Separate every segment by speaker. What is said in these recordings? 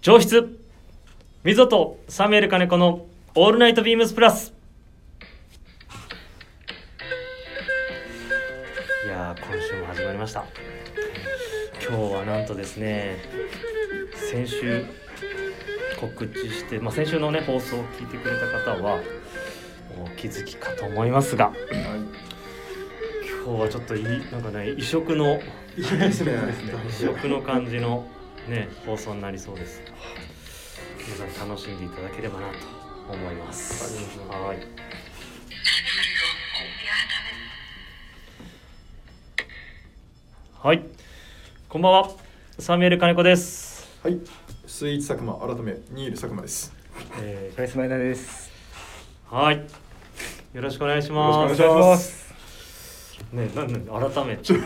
Speaker 1: 上質溝とサミュエル金子のオールナイトビームスプラスいやー今週も始まりました今日はなんとですね先週告知して、まあ、先週のね放送を聞いてくれた方はお気づきかと思いますが今日はちょっといいなんかね異色の
Speaker 2: いいですね。
Speaker 1: 異色の感じのね放送になりそうです皆さん楽しんでいただければなと思いますはいはいこんばんはサミュエル金子です、
Speaker 2: はい。スイーツ佐久間改めニール佐久間です。
Speaker 1: え
Speaker 3: プライスマイナーです。
Speaker 1: ーはいよろしくお願いし
Speaker 2: よ
Speaker 1: ます
Speaker 2: ろしくお願いします。
Speaker 1: ねなんなん改めてこ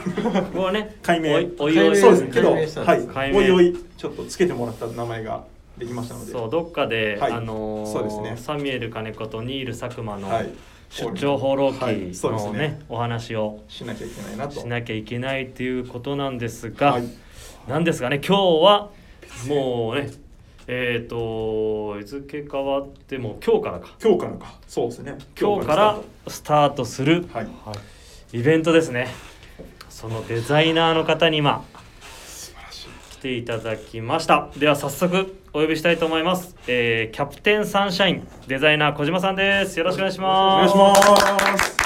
Speaker 1: こはね
Speaker 4: 解明
Speaker 1: おいおいおい
Speaker 4: そうですねけど
Speaker 3: 解
Speaker 4: は
Speaker 3: 明したんです
Speaker 1: 解
Speaker 4: い
Speaker 1: 明
Speaker 4: おいおいちょっとつけてもらった名前ができましたので
Speaker 1: そうどっかで、
Speaker 2: はい
Speaker 1: あのー
Speaker 2: そうですね
Speaker 1: サミュエル金子とニール佐久間の
Speaker 2: はい。
Speaker 1: 出張放浪記
Speaker 2: はいそうです
Speaker 1: のね,、
Speaker 2: ね
Speaker 1: お話を
Speaker 2: しなきゃいけないなと。
Speaker 1: しなきゃいけないということなんですが、
Speaker 2: はい
Speaker 1: なんですがね今日はもうねえっ、と日付変わってもう今日からか
Speaker 2: 今日からか。そうですね。
Speaker 1: 今日からスタートする
Speaker 2: スタート。はい。
Speaker 1: イベントですねそのデザイナーの方に今
Speaker 2: 素晴らしい。
Speaker 1: 来ていただきましたでは早速お呼びしたいと思います、えーキャプテンサンシャインデザイナー小島さんですよろしくお願いし
Speaker 2: お
Speaker 1: ま
Speaker 2: 願い
Speaker 1: す
Speaker 2: します。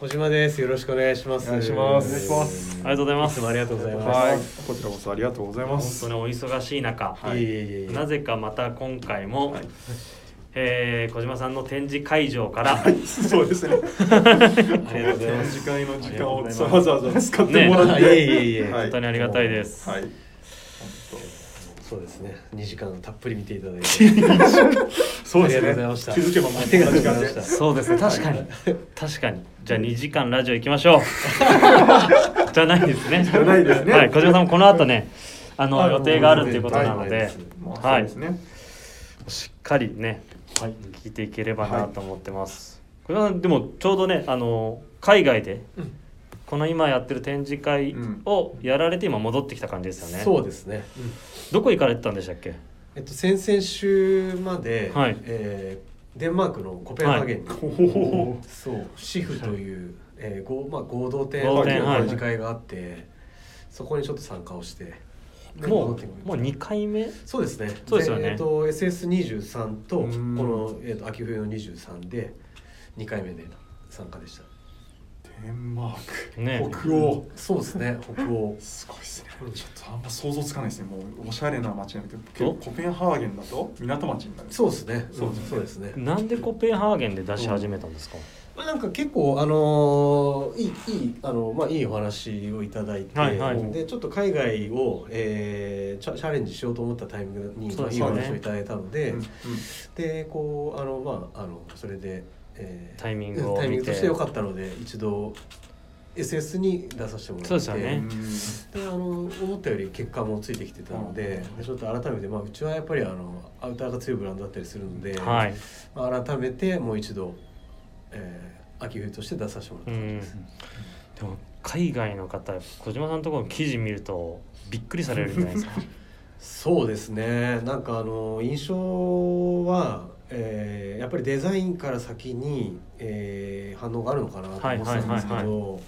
Speaker 3: 小島です。よろしくお願いします。
Speaker 2: お願いしますお願いします
Speaker 1: ありがとうございます
Speaker 3: いつもありがとうございます。
Speaker 2: はい。こちらこそありがとうございま
Speaker 1: 本
Speaker 2: す。
Speaker 1: 当にお忙しい中、
Speaker 2: はい
Speaker 3: いえいえいえ。
Speaker 1: なぜかまた今回も、えー小島さんの展示会場から
Speaker 2: そうですね。
Speaker 3: ありがとうございます。
Speaker 2: 時間の時間を
Speaker 1: ありがとうございます
Speaker 2: わざわざ使っても らっ
Speaker 3: ねはい
Speaker 2: て。
Speaker 3: いえいえいえ
Speaker 2: はい
Speaker 1: 本当にありがたいです、
Speaker 2: はい。
Speaker 3: そうですね。2時間たっぷり見ていただいて。
Speaker 2: そうですね。
Speaker 3: ありがとうございました
Speaker 2: 気づけばもうこん
Speaker 3: 手が
Speaker 2: な
Speaker 3: 出
Speaker 2: 時
Speaker 3: てきま
Speaker 2: 間で
Speaker 3: し。た。
Speaker 1: そうですね確かに確かにじゃあ2時間ラジオ行きましょうじゃないですねじ
Speaker 2: ゃないですね
Speaker 1: はい、小島さんもこの後ねあの
Speaker 2: はい
Speaker 1: 予定があるということなの
Speaker 3: はい
Speaker 1: で
Speaker 2: まあ
Speaker 1: は
Speaker 2: そう
Speaker 1: い
Speaker 2: ですね。
Speaker 1: しっかりね、はい、聞いていければなと思ってます、小島さんでもちょうどねあの海外で、
Speaker 3: うん
Speaker 1: この今やってる展示会をやられて今戻ってきた感じです よね、
Speaker 3: そうですね。
Speaker 1: どこ行かれてたんでしたっけ
Speaker 3: えっと先々週まで、
Speaker 1: はい
Speaker 3: えーデンマークのコペンハーゲンに、
Speaker 2: はいおー
Speaker 3: そうシフという、えーごまあ、合同展
Speaker 1: 合
Speaker 3: の
Speaker 2: 同展はい
Speaker 3: 展示会があって、そこにちょっと参加をしてで戻
Speaker 1: も
Speaker 3: ってくる
Speaker 1: うもう2回目
Speaker 3: そうですね。
Speaker 1: そうですよね
Speaker 3: えっ、と SS23 と
Speaker 2: う
Speaker 3: こ
Speaker 2: ん
Speaker 3: のえっ、と秋冬の23で2回目で参加でした。
Speaker 2: デンマーク。
Speaker 1: ね
Speaker 2: 北欧。
Speaker 3: そうですね。北欧。
Speaker 2: すごいですね。これちょっとあんま想像つかないですね。もうおしゃれな街なんだけど、結構コペンハーゲンだと港町になる。
Speaker 3: そうですね。
Speaker 2: そうですね
Speaker 3: んそうですね。
Speaker 1: なんでコペンハーゲンで出し始めたんですか、
Speaker 3: まあなんか結構あのーいいいいあのまあいいお話をいただいて、
Speaker 1: はいはい
Speaker 3: でちょっと海外を、えー、チャチャレンジしようと思ったタイミングに、
Speaker 1: そう
Speaker 3: まあ
Speaker 1: です
Speaker 3: いい
Speaker 1: よ
Speaker 3: お
Speaker 1: ね
Speaker 3: 話をいただいたので、
Speaker 2: うんうん
Speaker 3: でこうあのまああのそれで、えー
Speaker 1: タイミングを見て
Speaker 3: タイミングとして良かったので一度 SS に出させてもらって
Speaker 1: そうですよね
Speaker 3: であの思ったより結果もついてきてたので、でちょっと改めて、まあ、うちはやっぱりあのアウターが強いブランドだったりするので、
Speaker 1: はい
Speaker 3: まあ、改めてもう一度、えー秋冬として出させてもらった感じです。
Speaker 1: でも海外の方小島さんのところの記事見るとびっくりされるんじゃないですか
Speaker 3: そうですねなんかあの印象は、えーやっぱりデザインから先に、えー反応があるのかなと思ってたんですけど、
Speaker 1: はいはいはい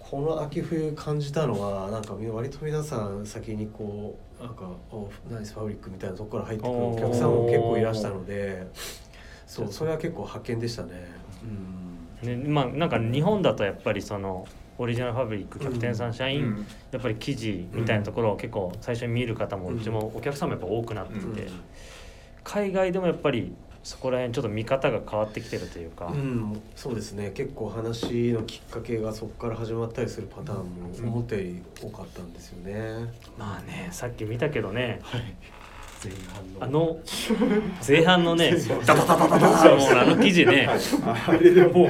Speaker 3: この秋冬感じたのはなんかみ割と皆さん先にこうなんかおナイスファブリックみたいなところから入ってくるお客さんも結構いらしたのでそうそれは結構発見でしたね。うん
Speaker 1: ねまあなんか日本だとやっぱりそのオリジナルファブリックキャプテンサンシャイン、
Speaker 2: うん
Speaker 1: やっぱり記事みたいなところを結構最初に見る方も
Speaker 3: うん
Speaker 1: うちもお客様やっぱ多くなってて、
Speaker 2: うん
Speaker 1: 海外でもやっぱりそこら辺ちょっと見方が変わってきてるというか、
Speaker 3: うん、そうですね結構話のきっかけがそこから始まったりするパターンも思ったより多かったんですよね、
Speaker 1: まあねさっき見たけどね
Speaker 3: 前半の
Speaker 1: あの前半のねダダダダダダもうあの記事ね
Speaker 2: あれでもう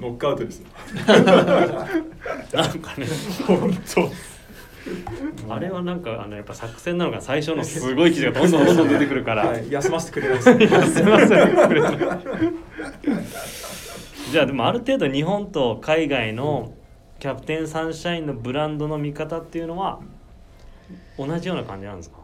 Speaker 2: ノックアウトですよ。
Speaker 1: なんかね
Speaker 2: 本当。
Speaker 1: あれはなんかあのやっぱ作戦なのか最初のすごい記事がどんどんどんどん出てくるから、
Speaker 2: はい休ませてくれないですね。
Speaker 1: すいませんくれないじゃあでもある程度日本と海外のキャプテンサンシャインのブランドの見方っていうのは同じような感じなんですか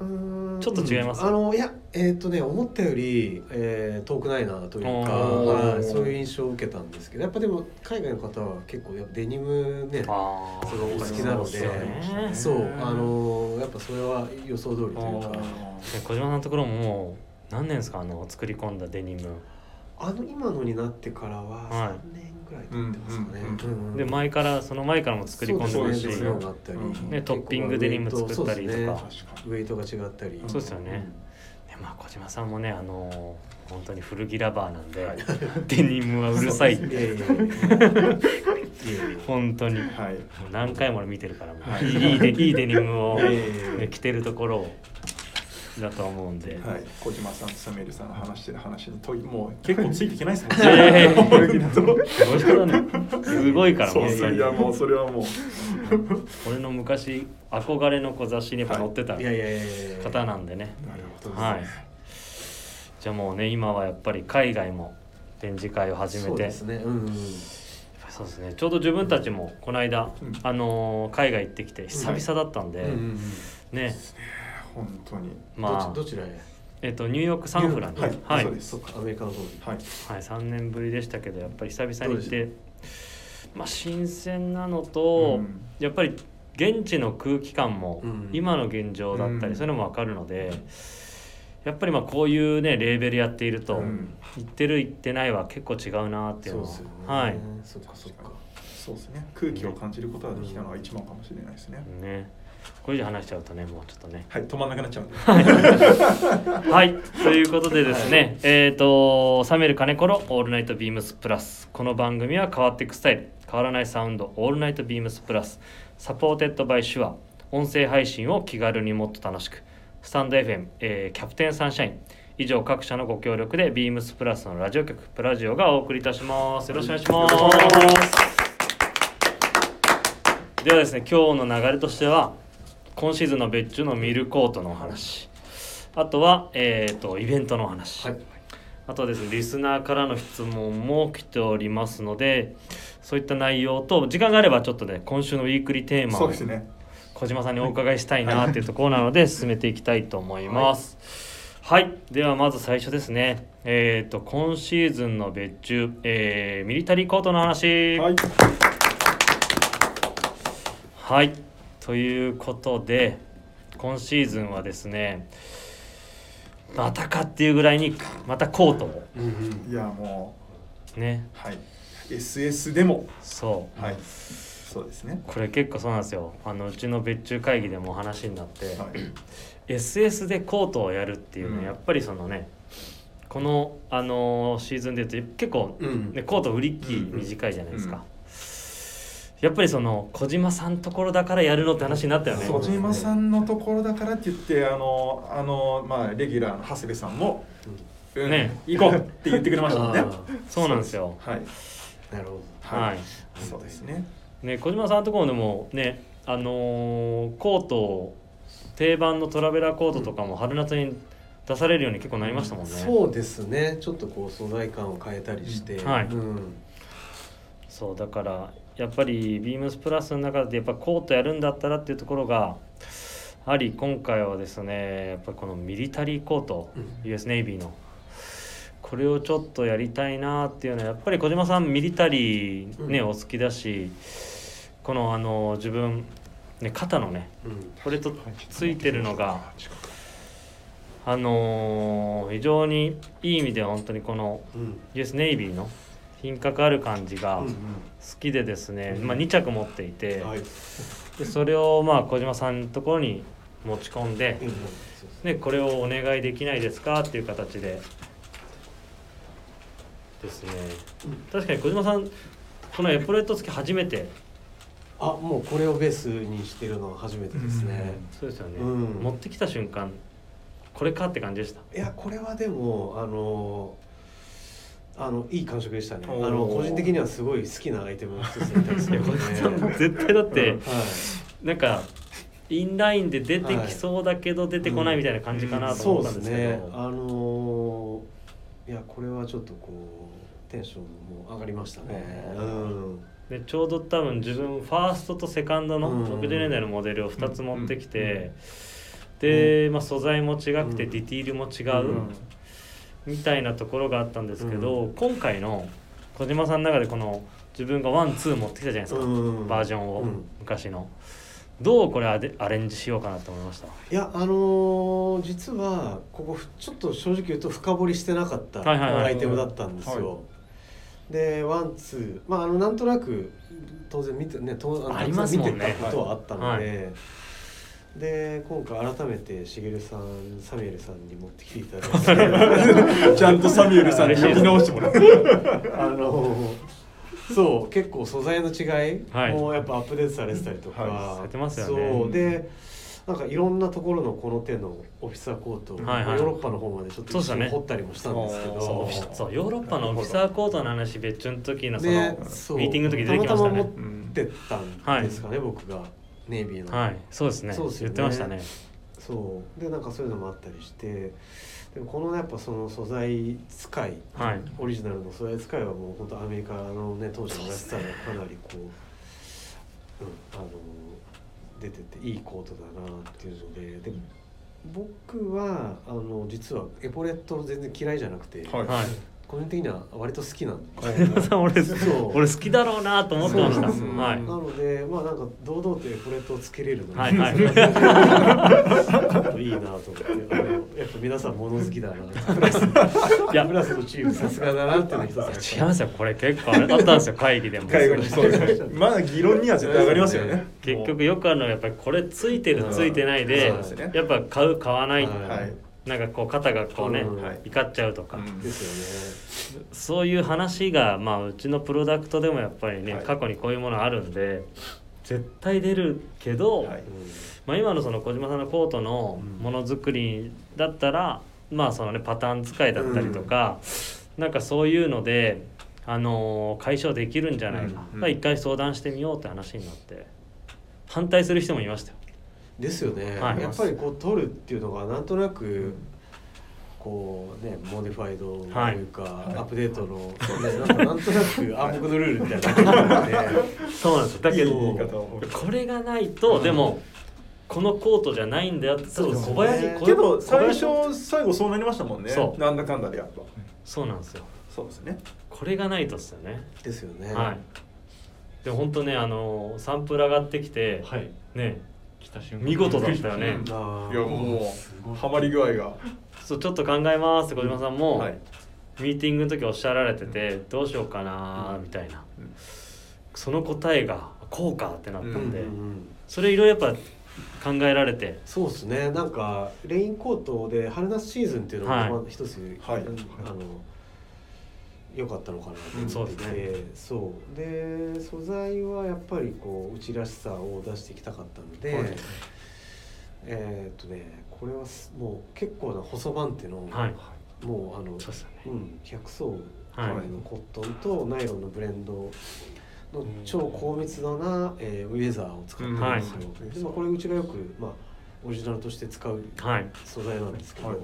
Speaker 3: うん
Speaker 1: ちょっと違います
Speaker 3: あのいやえーっ、とね思ったより、えー遠くないなというか、
Speaker 1: お
Speaker 2: ー
Speaker 3: はいそういう印象を受けたんですけどやっぱでも海外の方は結構やっぱデニムね
Speaker 1: あー
Speaker 3: そ のお好きなの
Speaker 1: そ
Speaker 3: で
Speaker 1: うすよね
Speaker 3: そうあのやっぱそれは予想通りというか
Speaker 1: ね小島さんのところももう何年ですかあの作り込んだデニム、
Speaker 3: あの今のになってからは
Speaker 1: はい
Speaker 3: 3年ぐらい経ってますかね、
Speaker 2: うん
Speaker 3: うんうん
Speaker 1: で前からその前からも作り込んで
Speaker 3: そう
Speaker 1: ま
Speaker 3: です
Speaker 1: し
Speaker 3: す
Speaker 1: そう,、
Speaker 3: ねそういうのがあったり、
Speaker 2: うん
Speaker 1: ねトッピングデニム作ったりとか
Speaker 3: そうですね
Speaker 2: 確か
Speaker 3: ウェイトが違ったり
Speaker 1: ですよね,、ねまあ小島さんもねあのー本当に古着ラバーなんで、 デニムはうるさいっ
Speaker 3: い
Speaker 1: て
Speaker 3: やい やいやいやいやいや
Speaker 1: 本当に
Speaker 2: にはい
Speaker 1: もう何回も俺見てるからもう、
Speaker 2: はい
Speaker 1: い、いデいいデニムを、
Speaker 3: いやいやいや
Speaker 1: ね着てるところをだと思うんで、
Speaker 2: はい小島さんとサミュエルさんの話してる話に問いもう結構ついてきないですもん
Speaker 1: いやいやいや
Speaker 2: 本当
Speaker 1: 小島さんねすごいから
Speaker 2: そう
Speaker 1: 本
Speaker 2: そ
Speaker 1: 当
Speaker 2: れ
Speaker 1: に
Speaker 2: はもうそれはもう
Speaker 1: 俺の昔憧れの小雑誌にやっぱ載ってた
Speaker 3: いやいやいやいや
Speaker 1: 方なんでね、
Speaker 2: なるほど
Speaker 1: はい。じゃあもうね今はやっぱり海外も展示会を始めて
Speaker 3: そうですねうんうん
Speaker 1: そうですねちょうど自分たちもこの間、
Speaker 2: うん
Speaker 1: あのー海外行ってきて久々だったんで、
Speaker 3: うんうんうん
Speaker 1: ね
Speaker 2: 本当に
Speaker 1: まあ
Speaker 3: どっちどちらへ
Speaker 1: えっとニューヨークサンフラン
Speaker 2: はい
Speaker 1: はい、
Speaker 2: そうです
Speaker 3: そっかアメリカの方に
Speaker 2: は
Speaker 1: は
Speaker 2: い
Speaker 1: い、3年ぶりでしたけどやっぱり久々に行っ
Speaker 3: ど
Speaker 1: てまあ新鮮なのと、
Speaker 2: うん
Speaker 1: やっぱり現地の空気感も
Speaker 3: うん
Speaker 1: 今の現状だったり、
Speaker 2: うん
Speaker 1: そういうのも分かるのでやっぱりまあこういうねレーベルやっていると、
Speaker 2: うん
Speaker 1: 行ってる行ってないは結構違うなっていう
Speaker 3: そう
Speaker 1: の
Speaker 3: で
Speaker 1: は
Speaker 3: すよね
Speaker 1: はい
Speaker 3: そっかそっか
Speaker 2: そうですね空気を感じることができたのは一番かもしれないですね
Speaker 1: ねこれ以上話しちゃうとねもうちょっとね
Speaker 2: はい止まんなくなっちゃうんで
Speaker 1: はいということでですね、えっ、と「冷める金子のオールナイトビームスプラス」この番組は変わっていくスタイル変わらないサウンド「オールナイトビームスプラス」サポーテッドバイシュア音声配信を気軽にもっと楽しくスタンド FM、えーキャプテンサンシャイン以上各社のご協力でビームスプラスのラジオ局プラジオがお送りいたしますよろしくお願いします、
Speaker 2: よろしくお願いしま
Speaker 1: ではですね今日の流れとしては今シーズンの別注のミルコートのお話あとは、えー、とイベントのお話、
Speaker 3: はい
Speaker 1: あとはですねリスナーからの質問も来ておりますのでそういった内容と時間があればちょっとね今週のウィークリーテーマ
Speaker 2: そう
Speaker 1: を
Speaker 2: ですね
Speaker 1: 小島さんにお伺いしたいなっていうところなので進めていきたいと思います。はい、ではまず最初ですね。えっ、と今シーズンの別注、えーミリタリーコートの話。
Speaker 2: はい
Speaker 1: はい、ということで今シーズンはですね。またかっていうぐらいにまたコートを
Speaker 3: うんうん
Speaker 2: いやも
Speaker 1: ね
Speaker 2: うはい SS でも
Speaker 1: そう
Speaker 2: はいそうですね
Speaker 1: これ結構そうなんですよあのうちの別注会議でもお話になって、
Speaker 2: はい
Speaker 1: SS でコートをやるっていうね、
Speaker 2: うん
Speaker 1: やっぱりそのねこの、あのーシーズンで言うと結構、
Speaker 3: うん
Speaker 1: ね、コート売り期
Speaker 2: うん
Speaker 1: 短いじゃないですか、
Speaker 2: うん
Speaker 1: やっぱりその小島さんところだからやるのって話になったよね
Speaker 2: 小島さんのところだからって言ってあのあのまあレギュラーの長谷部さんも「うん
Speaker 1: ね
Speaker 2: 行こう」って言ってくれましたも んね
Speaker 3: あ
Speaker 1: そうなんですよ
Speaker 2: はい
Speaker 3: ーなるほ
Speaker 1: はい、
Speaker 2: そうですね
Speaker 1: ね、小島さんのところでもねあのーコートを定番のトラベラーコートとかも春夏に出されるように結構なりましたも
Speaker 3: ど
Speaker 1: んね、
Speaker 3: そうですねちょっとこう素材感を変えたりして
Speaker 1: うんはい
Speaker 3: うん
Speaker 1: そうだからやっぱりビームスプラスの中でやっぱコートやるんだったらっていうところがあり今回はですねやっぱりこのミリタリーコート、
Speaker 3: う
Speaker 1: US ネイビーのこれをちょっとやりたいなっていうのはやっぱり小島さんミリタリーね、
Speaker 3: うん
Speaker 1: お好きだしこのあの自分、ね、肩のね
Speaker 3: うん
Speaker 1: これとついてるのがあのー非常にいい意味で本当にこの
Speaker 3: うん
Speaker 1: US ネイビーの品格ある感じが、
Speaker 3: うん
Speaker 1: 好きでですね、まあ、2着持っていて、
Speaker 3: うんはい
Speaker 1: でそれをまあ小島さんのところに持ち込んで
Speaker 3: うんうん
Speaker 1: でこれをお願いできないですかっていう形でですね確かに小島さんこのエプレット付き初めて
Speaker 3: あもうこれをベースにしてるのは初めてですね
Speaker 1: そうですよね、
Speaker 3: うん
Speaker 1: 持ってきた瞬間これかって感じでした
Speaker 3: いやこれはでもあのあのいい感触でしたねあ
Speaker 2: おー
Speaker 3: の個人的にはすごい好きなアイテムの一つだったんで
Speaker 1: い
Speaker 3: すけ
Speaker 1: や
Speaker 3: ど
Speaker 1: 小
Speaker 3: ね
Speaker 1: 島さん絶対だって
Speaker 3: は
Speaker 1: なんかインラインで出てきそうだけど出てこないみたいな感じかないと
Speaker 3: そ
Speaker 1: 思っ
Speaker 3: う
Speaker 1: た
Speaker 3: で
Speaker 1: ん
Speaker 3: す
Speaker 1: ですけど、
Speaker 3: ねあのいやこれはちょっとこうテンションも上がりましたねうん
Speaker 1: でちょうど多分自分ファーストとセカンド
Speaker 3: う
Speaker 1: の
Speaker 3: ん
Speaker 1: 60年代のモデルを2つ持ってきて、で、まあ、素材も違くて
Speaker 3: うん
Speaker 1: ディティールも違う
Speaker 3: う
Speaker 1: みたいなところがあったんですけど、今回の小島さんの中でこの自分がワンツー持ってきたじゃないですか、
Speaker 3: うん
Speaker 1: バージョンを、
Speaker 3: うん
Speaker 1: 昔のどうこれアレアレンジしようかなと思いました
Speaker 3: いやあのー実はここふちょっと正直言うと深掘りしてなかった
Speaker 1: はいはいはい
Speaker 3: アイテムだったんですよ。
Speaker 2: は
Speaker 3: でワンツーまああのなんとなく当然見てね当
Speaker 1: ありますもんね
Speaker 3: 見てたことはあったので、
Speaker 1: はい
Speaker 3: で今回改めてしげるさんサミュエルさんに持ってきていただ いて
Speaker 4: ちゃんとサミュエルさんに呼び直してもらって
Speaker 3: あのーそう結構素材の違い
Speaker 1: はい
Speaker 3: もやっぱアップデートされてたりとか、
Speaker 2: はい
Speaker 1: されてますよね
Speaker 3: そうでなんかいろんなところのこの手のオフィサーコート、
Speaker 1: はいはい
Speaker 3: ヨーロッパの方までちょっと一
Speaker 1: そう
Speaker 3: 瞬
Speaker 1: でしたね
Speaker 3: 掘ったりもしたんですけど
Speaker 1: そうオフィスそうヨーロッパのオフィサーコートの話別注の時のその、
Speaker 3: ねそう
Speaker 1: ミーティングの時出てきましたね
Speaker 3: たまたま持ってったんですかね、僕がネイビーの、
Speaker 1: はいそうですね
Speaker 3: そうですよ
Speaker 1: 言っ
Speaker 3: ね
Speaker 1: てましたね
Speaker 3: そうでなんかそういうのもあったりしてでもこのやっぱその素材使い
Speaker 1: はい
Speaker 3: オリジナルの素材使いはもう本当アメリカのね当時のやつさんがかなりこううん、あの出てていいコートだなっていうのでで僕はあの実はエポレット全然嫌いじゃなくて、
Speaker 2: はい
Speaker 1: はい
Speaker 3: 個人的には割と好きなんで
Speaker 1: 小島さん俺
Speaker 3: そう
Speaker 1: 俺好きだろうなと思ってました
Speaker 2: そうなんですよ
Speaker 1: は
Speaker 3: ないのでまあなんか堂々とエポレットをつけれるの
Speaker 1: はいはい
Speaker 3: いいなと思ってあのやっぱ皆さん物好きだな ってい や村瀬のチームさすがだなっていうのが一つ
Speaker 1: 違
Speaker 3: あ
Speaker 1: いますよこれ結構あれだったんですよ会議でも
Speaker 2: 海外にそうですねまだ議論には絶対上がりますよね
Speaker 1: 結局よくあるのはやっぱりこれついてるついてないで
Speaker 3: そうです
Speaker 2: ね
Speaker 1: やっぱ買う買わない
Speaker 2: はい
Speaker 1: なんかこう肩がこうね
Speaker 3: うん
Speaker 2: はい
Speaker 1: 怒っちゃうとか
Speaker 2: うん
Speaker 3: です
Speaker 1: そういう話がまあうちのプロダクトでもやっぱりね
Speaker 2: はい
Speaker 1: 過去にこういうものあるんで絶対出るけど
Speaker 2: はい
Speaker 3: よね、
Speaker 1: まあ、今のその小島さんのコートのものづくりだったら、まあそのねパターン使いだったりとか、なんかそういうので、あのー解消できるんじゃないか,、
Speaker 2: うんうん
Speaker 1: 一回相談してみようって話になって反対する人もいましたよ。
Speaker 3: ですよね、
Speaker 1: はい
Speaker 3: やっぱりこう撮るっていうのがなんとなくこうねモディファイドというか、
Speaker 2: い
Speaker 3: アップデートの、ね、なんかなんとな く暗黙のルールみたいな感じなので、
Speaker 1: そうなんですよだけ
Speaker 2: いい言い方
Speaker 1: ど
Speaker 2: を
Speaker 1: これがないと、でもこのコートじゃないんだよって
Speaker 3: そうですね
Speaker 1: 小林小林
Speaker 2: けど最
Speaker 1: 小林
Speaker 2: 初最後そうなりましたもんね
Speaker 1: そう
Speaker 2: なんだかんだでやっぱ
Speaker 1: そうなんですよ
Speaker 2: そうですね
Speaker 1: これがないとっすよね。
Speaker 3: ですよね
Speaker 1: はい、でも本当ねあのーサンプル上がってきて、
Speaker 3: はい
Speaker 1: ね
Speaker 5: 来た瞬間
Speaker 1: 見事だったよね
Speaker 2: うん
Speaker 3: あ
Speaker 2: いや
Speaker 3: ー
Speaker 2: も
Speaker 5: す
Speaker 2: う
Speaker 5: ごい
Speaker 2: ハマり具合が
Speaker 1: そうちょっと考えますって小島さんも、
Speaker 2: はい
Speaker 1: ミーティングの時おっしゃられてて、どうしようかなーみたいな、
Speaker 2: うん
Speaker 1: その答えがこうかってなった
Speaker 3: うんんう
Speaker 1: で、
Speaker 3: ん
Speaker 1: それいろいろやっぱ考えられて
Speaker 3: そうですねなんかレインコートで春夏シーズンっていうの
Speaker 1: はい
Speaker 3: がまあ一つ、
Speaker 2: はい
Speaker 3: あの良かったのかな
Speaker 1: うん
Speaker 3: と
Speaker 1: そう
Speaker 3: 思っ
Speaker 1: で
Speaker 3: てい
Speaker 1: す
Speaker 3: て、そうで素材はやっぱりこううちらしさを出していきたかったので、
Speaker 2: はい
Speaker 3: えーっとねこれはすもう結構な細番手の、
Speaker 1: はい
Speaker 3: もうあの
Speaker 1: そうですよね
Speaker 3: うん、100層
Speaker 1: はい
Speaker 3: のコットンとナイロンのブレンドの超高密度な、えーウェザーを使ってるんですよ、
Speaker 2: はい
Speaker 3: でまあこれうちがよく、まあ、オリジナルとして使う
Speaker 1: はい
Speaker 3: 素材なんですけど、
Speaker 2: は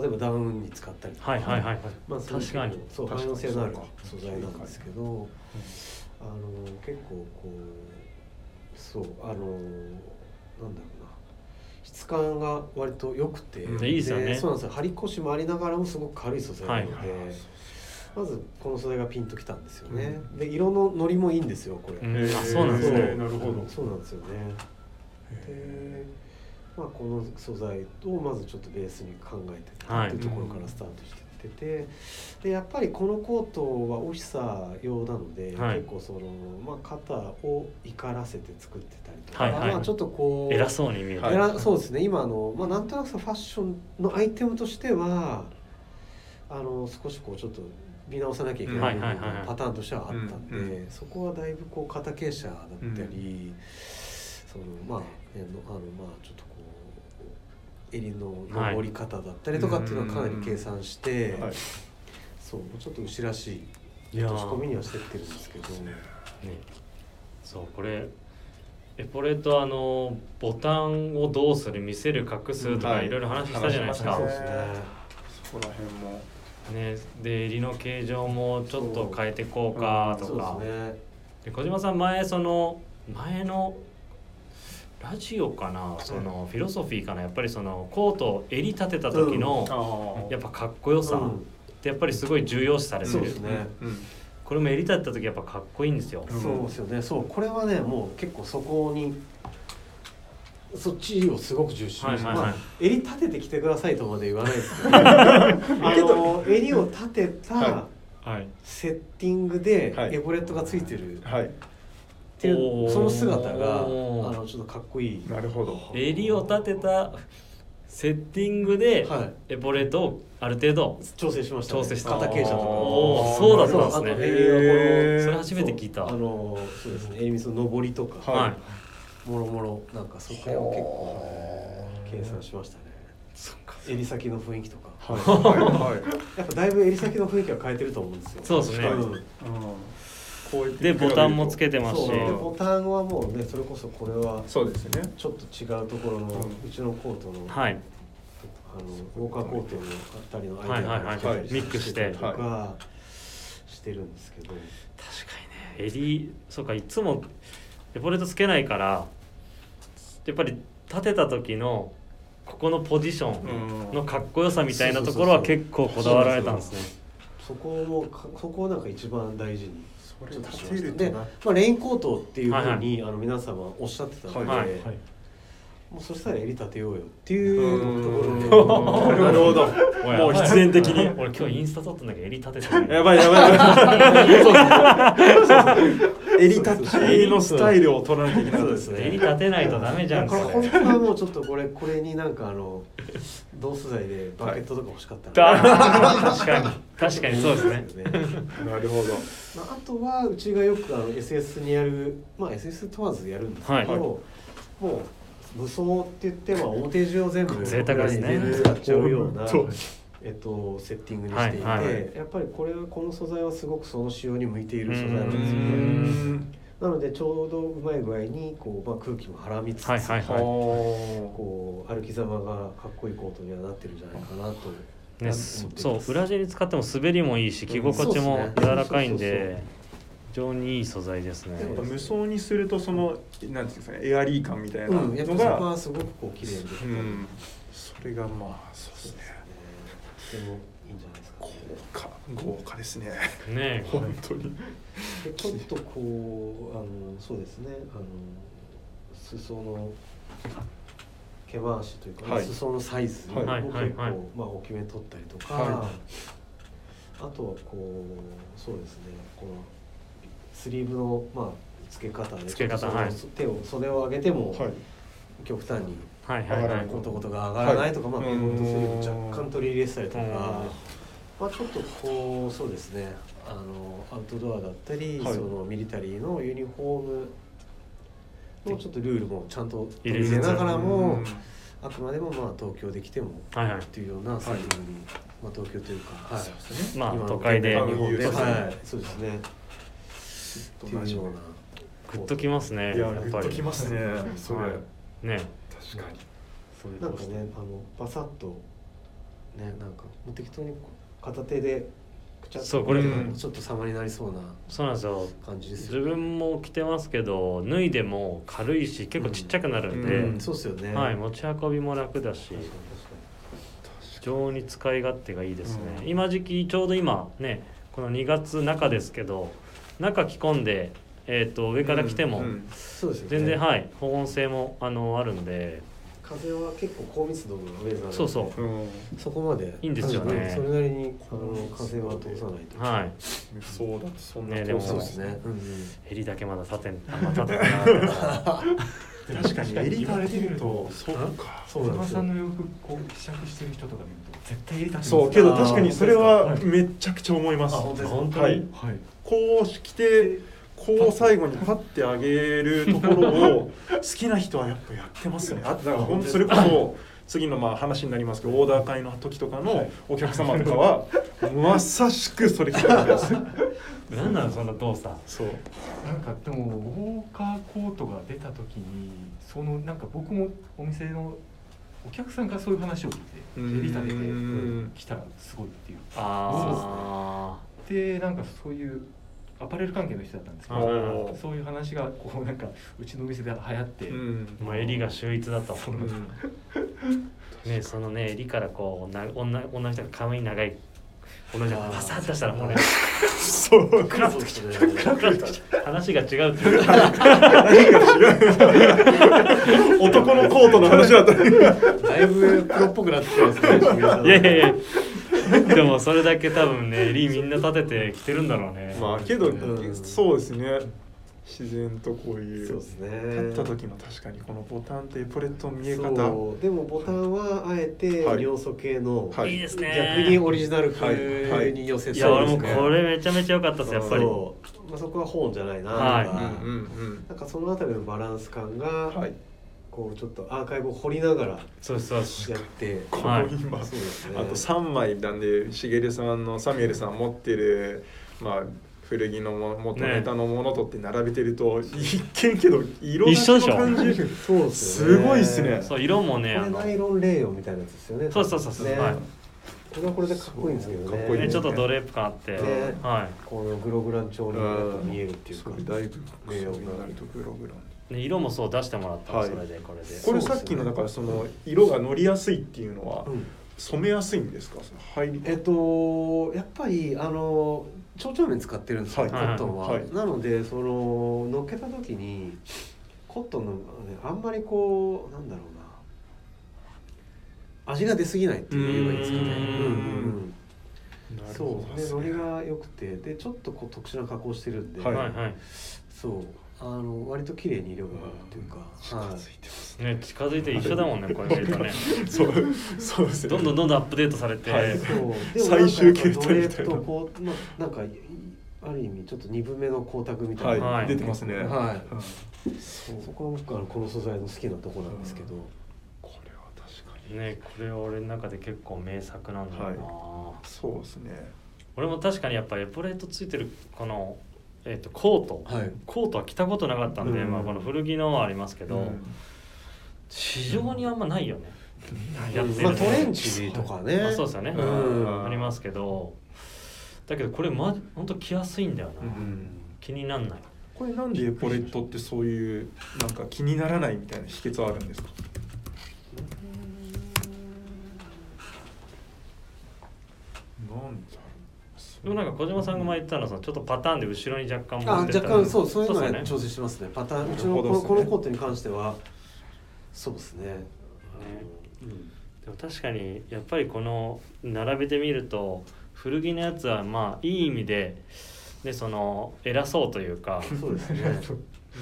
Speaker 3: 例えばダウンに使ったりとか、
Speaker 1: はいはいはい、
Speaker 3: まあ、そういう
Speaker 1: 確かに
Speaker 3: そう
Speaker 2: 確
Speaker 3: 汎
Speaker 2: かに
Speaker 3: 用性のある
Speaker 2: そうか
Speaker 3: 素材なんですけどあの結構こうそうあのなんだろうな質感が割と良くて、
Speaker 1: うんいいですよね
Speaker 3: そうなんですよ張り腰もありながらもすごく軽い素材なので、
Speaker 1: はい
Speaker 3: まずこの素材がピンときたんですよね、で色のノリもいいんですよこれ、
Speaker 1: うん
Speaker 2: へー
Speaker 1: あそうなんです
Speaker 3: そう
Speaker 1: ね
Speaker 2: なるほど
Speaker 3: そうなんですよねでまあこの素材をまずちょっとベースに考えてた
Speaker 1: はい
Speaker 3: っていうところからスタートしてってて、でやっぱりこのコートはオフィサー用なので、
Speaker 1: はい
Speaker 3: 結構その、まあ、肩を怒らせて作ってたりとか、
Speaker 1: はいはい
Speaker 3: まあ、ちょっとこう
Speaker 1: 偉そうに見えて、
Speaker 2: はい
Speaker 3: えらそうですね今あの、まあ、なんとなくそのファッションのアイテムとしてはあの少しこうちょっと見直さなきゃいけない
Speaker 1: うんはいはいはいはい
Speaker 3: パターンとしてはあったんで、
Speaker 2: うん
Speaker 3: そこはだいぶこう肩傾斜だったり、そのまあ、ね、のあのまあちょっとこう襟の登り方だったりとかっていうのはかなり計算して、
Speaker 2: はい
Speaker 3: そうちょっと牛らしい
Speaker 1: いや
Speaker 3: 落
Speaker 1: ー
Speaker 3: とし込みにはしてってるんですけど。
Speaker 1: ねそうこれエポレとあのボタンをどうする見せる隠すとか
Speaker 2: はい
Speaker 1: いろいろ話したじゃないですか、
Speaker 2: 話し
Speaker 3: そう
Speaker 2: ま
Speaker 3: で
Speaker 2: し
Speaker 3: すね
Speaker 2: そこら辺も
Speaker 1: ね、で襟の形状もちょっと変えてこうかと
Speaker 3: そう
Speaker 1: か、
Speaker 3: ですね
Speaker 1: で小島さん前その前のラジオかなそのフィロソフィーかなやっぱりそのコートを襟立てた時の、
Speaker 2: あ
Speaker 1: やっぱかっこよさってやっぱりすごい重要視されて
Speaker 3: そう
Speaker 1: る、
Speaker 3: ですね。
Speaker 2: うん
Speaker 1: これも襟立った時やっぱかっこいいんですよ、
Speaker 2: ん
Speaker 3: そうですよね。そうこれはねもう結構そこにそっちをすごく重視しました。
Speaker 1: はいはいはい
Speaker 3: まあ襟立ててきてくださいとまで言わないで すけど、けど襟を立てた
Speaker 4: は
Speaker 1: はい
Speaker 3: セッティングで
Speaker 4: はい
Speaker 3: エボレットがついてるっ
Speaker 4: はい
Speaker 3: ていう
Speaker 1: おー
Speaker 3: その姿があのちょっとかっこいい。
Speaker 4: なるほど
Speaker 1: 襟を立てたセッティングで
Speaker 3: はい
Speaker 1: エボレートをある程度
Speaker 3: 調整しました、
Speaker 1: 調整した
Speaker 3: 肩傾斜とか
Speaker 1: お
Speaker 2: ー
Speaker 1: そうだったんです
Speaker 3: あと
Speaker 1: ね
Speaker 3: エリア
Speaker 4: へー
Speaker 1: それ初めて聞いた
Speaker 3: あのそうですねエリミスの上りとか、
Speaker 4: はい
Speaker 3: もろもろなんかそこを結構ね計算しましたね
Speaker 1: そっか
Speaker 3: 襟先の雰囲気とか
Speaker 4: はいはいは い
Speaker 3: やっぱだいぶ襟先の雰囲気は変えてると思うんですよ
Speaker 1: そうですね
Speaker 3: ん
Speaker 4: こうやって
Speaker 1: でボタンもつけてますし
Speaker 3: そうでボタンはもうねそれこそこれは
Speaker 4: そうですね
Speaker 3: ちょっと違うところの、う
Speaker 4: うん
Speaker 3: ちのコートの、、
Speaker 1: はいい
Speaker 3: あのウォーカーコートのあたりのアイデ
Speaker 1: はいは
Speaker 3: ア
Speaker 1: いはい
Speaker 3: をつけたり
Speaker 1: ミックスして
Speaker 3: とか、してるんですけど、
Speaker 1: 確かにね襟そうかいつもエボレートつけないからやっぱり立てた時のここのポジションのかっこよさみたいなところは結構こだわられたんですね
Speaker 3: そこをかそこをなんか一番大事に
Speaker 2: そ
Speaker 3: ち
Speaker 2: れ
Speaker 3: ょっとし
Speaker 2: 立
Speaker 3: ま
Speaker 2: て
Speaker 3: した
Speaker 2: る
Speaker 3: で、
Speaker 2: と
Speaker 3: ま
Speaker 2: な
Speaker 3: あ、レインコートっていうふ
Speaker 1: は
Speaker 3: う
Speaker 1: い
Speaker 3: に、あの皆様おっしゃってたので、
Speaker 4: はい
Speaker 3: もうそしたら襟立てようよっていうと
Speaker 4: う
Speaker 3: ころ
Speaker 4: ーんなるほどもう必然的に
Speaker 1: 俺今日インスタ撮ったんだけど襟立ててる
Speaker 4: やばいやばいやばい襟立ち
Speaker 2: のスタイルを取らなきゃいけ
Speaker 3: で
Speaker 2: ない
Speaker 3: そうですね
Speaker 1: 襟立てないとダメじゃん
Speaker 3: いやこ
Speaker 1: こ
Speaker 3: れ
Speaker 1: れ
Speaker 3: 本当はもうちょっとこれこれになんかあの同素材でバケットとか欲しかったら、
Speaker 1: 確かに確かにそうですね
Speaker 4: なるほど
Speaker 3: まあ、あとはうちがよくあの SS にやる、まあ、SS 問わずやるんですけど、
Speaker 1: はい
Speaker 3: もう武装って言って、まあ、表地を全 部
Speaker 1: 贅沢ですね
Speaker 3: 全部使っちゃうような
Speaker 4: そう、
Speaker 3: えっと、セッティングにしていて、
Speaker 1: はいはい
Speaker 3: やっぱりこれはこの素材はすごくその仕様に向いている素材
Speaker 1: う
Speaker 3: なんですよ
Speaker 1: ー
Speaker 3: ね。
Speaker 1: ん
Speaker 3: なのでちょうどうまい具合にこう、まあ、空気もはらみつつ、
Speaker 1: はいはいはい
Speaker 3: こう歩き様がかっこいいコートにはなってるんじゃないかなと。
Speaker 1: ね、そそう裏地に使っても滑りもいいし着心地も柔らかいんで非常にいい素材ですね
Speaker 2: やっぱ無双にするとそのなんていうんですかねエアリー感みたいな
Speaker 3: うん、やっぱ
Speaker 2: の
Speaker 3: そこ
Speaker 2: が、
Speaker 3: はすごくこう綺麗にでき
Speaker 2: う
Speaker 3: た
Speaker 2: ん、それがまあそうですね
Speaker 3: でもいいんじゃないですか、
Speaker 2: 豪華豪華ですね
Speaker 1: ねえ
Speaker 2: 本当に
Speaker 3: でちょっとこうあのそうですねあの裾の毛回しというか、
Speaker 4: はい
Speaker 3: 裾のサイズを結構、
Speaker 1: はいはいはい
Speaker 3: まあ、大きめに取ったりとか、
Speaker 4: は
Speaker 3: あとはこうそうですねこのスリーブの、まあ、付け方で
Speaker 1: 付け方
Speaker 3: ちょっとその
Speaker 1: はい
Speaker 3: 手を袖を上げても、
Speaker 4: はい
Speaker 3: 極端に
Speaker 1: はいはいはい
Speaker 3: ことことが上がらないとか、
Speaker 4: はい
Speaker 3: まあ、
Speaker 4: うん
Speaker 3: ペイントスリーブ若干取り入れしたりとか、
Speaker 1: うん
Speaker 3: まあ、ちょっとこうそうですねあのアウトドアだったり、
Speaker 4: はい
Speaker 3: そのミリタリーのユニフォームのちょっとルールもちゃんと
Speaker 1: 入
Speaker 3: 入
Speaker 1: れつつ
Speaker 3: れながらも
Speaker 2: うん
Speaker 3: あくまでもまあ東京で来ても
Speaker 1: はいはい
Speaker 3: っていうようなセッティングに、まあ、東京というか、はい
Speaker 2: そうですね
Speaker 1: まあ
Speaker 3: 今の
Speaker 1: 都会で
Speaker 3: 日本で、
Speaker 2: そうですね
Speaker 3: はい、そうですねっていうような
Speaker 1: グッときますね
Speaker 2: いや
Speaker 1: やっ
Speaker 2: グ
Speaker 1: ぱ
Speaker 2: ッと
Speaker 1: り
Speaker 2: きますねそれ、
Speaker 1: はいね
Speaker 2: 確かに
Speaker 1: そういう
Speaker 3: なん
Speaker 1: と
Speaker 3: か
Speaker 1: こ
Speaker 3: ねあのバサッとねなんかもう適当にこう片手でくちゃっと
Speaker 1: そうこれ
Speaker 3: うんちょっと様になりそうな
Speaker 1: そうなんですよ
Speaker 3: 感じです
Speaker 1: 自
Speaker 3: よね。
Speaker 1: 分も着てますけど脱いでも軽いし結構ちっちゃくなるんで、
Speaker 4: うん
Speaker 3: そうですよね。
Speaker 1: はい、持ち運びも楽だし
Speaker 3: 確かに
Speaker 1: 非常に使い勝手がいいですね、
Speaker 2: うん
Speaker 1: 今時期ちょうど今ねこの2月中ですけど中着込んで、えー、と上から着ても
Speaker 2: うんうん
Speaker 3: そうですよね。
Speaker 1: 全然、はい保温性もあのあるんで
Speaker 3: 風は結構高密度のウェザーなので
Speaker 1: そうそう
Speaker 2: うん
Speaker 3: そこまで
Speaker 1: いいんですよね
Speaker 3: それなりにあの風は通さないと。
Speaker 1: は
Speaker 2: そうだってそんな
Speaker 1: ね
Speaker 2: 遠
Speaker 1: でも
Speaker 2: く
Speaker 3: そうですね。うんうん
Speaker 1: い襟だけまだ立てんあんま立てないな
Speaker 2: 確かに襟垂れてみるとそうか
Speaker 3: そうなんですよ
Speaker 4: さん。の洋服こう試着してる人とか見ると絶対襟立ち
Speaker 2: そうけど確かにそれはめちゃくちゃ思います
Speaker 3: あ本当ですか
Speaker 1: 本当に
Speaker 2: はい、
Speaker 4: はい
Speaker 2: こう着てこう最後にパッて上げるところを好きな人はやっぱやってますねあとだからほんとそれこそ次のまあ話になりますけどオーダー会の時とかのお客様とかはまさしくそれ着てるんですよ
Speaker 1: 何なのそんな動作
Speaker 2: そう
Speaker 4: なんかでもウォーカーコートが出た時にそのなんか僕もお店のお客さんからそういう話を聞いて
Speaker 2: うん
Speaker 4: 襟立ててうん来たらすごいっていう
Speaker 1: あ
Speaker 4: でなんかそういうアパレル関係の人だったんですけ
Speaker 1: はい
Speaker 4: ど、
Speaker 1: はい
Speaker 4: そういう話がこうなんかうちの店で流行って、
Speaker 2: うん
Speaker 1: まあ襟が秀逸だったもんねねそのね襟からこうな女女の人が可愛い長い女の人がパサッとしたらもうね
Speaker 2: そう
Speaker 3: クラッときて
Speaker 1: 話が違うっていうか
Speaker 2: 何か知らん男のコートの 話だったね
Speaker 3: だいぶプロっぽくなってきてますね渋谷さん
Speaker 1: いやいやいやでもそれだけ多分ね襟みんな立ててきてるんだろうね、
Speaker 2: まあけど、
Speaker 3: うん
Speaker 2: そうですね自然とこういう
Speaker 3: そうですね
Speaker 2: 立った時の確かにこのボタンとエプレットの見え方
Speaker 3: そうでもボタンはあえて
Speaker 2: はい
Speaker 3: 両素系の
Speaker 2: はい
Speaker 1: いいですね
Speaker 3: 逆にオリジナル
Speaker 2: はいは
Speaker 3: 風
Speaker 2: い
Speaker 3: に寄せ
Speaker 1: い
Speaker 3: て
Speaker 1: や
Speaker 3: そう
Speaker 1: 俺
Speaker 3: です
Speaker 1: も
Speaker 3: ね
Speaker 1: これめちゃめちゃ良かったですやっぱり
Speaker 3: そうまあそこは本じゃないなとか、
Speaker 1: はい
Speaker 2: うんうん
Speaker 3: なんかそのあたりのバランス感が、
Speaker 2: うんはい
Speaker 3: こうちょっとアーカイブを掘りながらや
Speaker 1: そうですそうです
Speaker 3: って
Speaker 2: こ
Speaker 1: は
Speaker 2: の
Speaker 1: い
Speaker 2: 今、
Speaker 3: そうですね
Speaker 2: あと3枚なんでしげるさんのサミュエルさん持ってるまあ古着のも元ネタのものとって並べてると、一見けど色
Speaker 1: 一緒でしょ
Speaker 2: の感じ
Speaker 3: そうです
Speaker 2: ごいっすね
Speaker 1: そう色もね
Speaker 3: こ
Speaker 1: あ
Speaker 3: れ
Speaker 1: の
Speaker 3: ナイロンレイヨンみたいなやつですよね
Speaker 1: そうそうそうそう
Speaker 3: ね
Speaker 1: はい
Speaker 3: これはこれでかっこいいんですけ
Speaker 2: そ
Speaker 3: ど
Speaker 2: う
Speaker 3: ね
Speaker 2: かっこいい
Speaker 1: ね
Speaker 2: ね
Speaker 1: ちょっとドレープ感あって、
Speaker 3: ね
Speaker 1: は
Speaker 3: このグログラン調になんか見えるっていう
Speaker 2: そ
Speaker 3: か
Speaker 2: れだいぶ
Speaker 3: 名誉が
Speaker 2: になるとプログラム
Speaker 1: いね、色もそう出してもらったの、
Speaker 2: はい
Speaker 1: それでこれで
Speaker 2: これさっきのだからその色が乗りやすいっていうのは
Speaker 3: うん
Speaker 2: 染めやすいんですかその入り
Speaker 3: えっとやっぱりあの蝶々面使ってるんですよ、
Speaker 2: はい
Speaker 3: コットンは、
Speaker 2: はい
Speaker 3: なのでその乗っけた時にコットンの、ね、あんまりこうなんだろうな味が出過ぎないって言えばいいんですかね
Speaker 1: うーん
Speaker 3: うんうんうんそうで
Speaker 2: そ
Speaker 3: ノ
Speaker 2: う
Speaker 3: リ
Speaker 2: ですね
Speaker 3: が良くてでちょっとこう特殊な加工してるんで、
Speaker 2: はい
Speaker 1: はいはい
Speaker 3: そうあの割と綺麗に色があるっていうか、はい
Speaker 2: ついてます
Speaker 1: ね近づいて一緒だもんねこれ見るとね
Speaker 2: そうそうですね
Speaker 1: どんどんどんどんアップデートされて、
Speaker 2: はい
Speaker 3: そう
Speaker 2: 最終形態みたいな
Speaker 3: でもなんかやっぱ奴隷とこう、まあ、なんかいある意味ちょっと鈍めの光沢みたいな、
Speaker 2: は
Speaker 1: はい
Speaker 2: い出てますね
Speaker 3: は
Speaker 2: うん
Speaker 3: そうそこは僕あのこの素材の好きなとこなんですけど、
Speaker 2: これは確かに
Speaker 1: ねこれは俺の中で結構名作なんだよな、
Speaker 2: そうですね
Speaker 1: 俺も確かにやっぱエプレートついてるこの、えっとコート、
Speaker 3: はい
Speaker 1: コートは着たことなかったんで、
Speaker 3: うん
Speaker 1: まあ、この古着のはありますけど、
Speaker 2: うん
Speaker 1: 市場にあんまないよね、やってるね
Speaker 3: まあ、トレンチとかね
Speaker 1: まあ、そうですよね、
Speaker 3: うん
Speaker 1: ありますけどだけどこれまほんと着やすいんだよな、
Speaker 2: うん
Speaker 1: 気になんない
Speaker 2: これなんでエポレットってそういうなんか気にならないみたいな秘訣はあるんですかなんだ
Speaker 1: でもなんか小島さんが前言ってたのはそのちょっとパターンで後ろに若干
Speaker 3: あ
Speaker 1: 持って
Speaker 3: 若
Speaker 1: たり
Speaker 3: 干そうそういう
Speaker 1: っ
Speaker 3: のは
Speaker 1: すよね
Speaker 3: 調整してますねパターンうち
Speaker 2: なるほ
Speaker 3: のこ
Speaker 2: ど
Speaker 3: の,、
Speaker 2: ですね
Speaker 3: このコートに関してはそうですね
Speaker 1: でも確かにやっぱりこの並べてみると古着のやつはまあいい意味ででその偉そうというか
Speaker 3: あのそうですね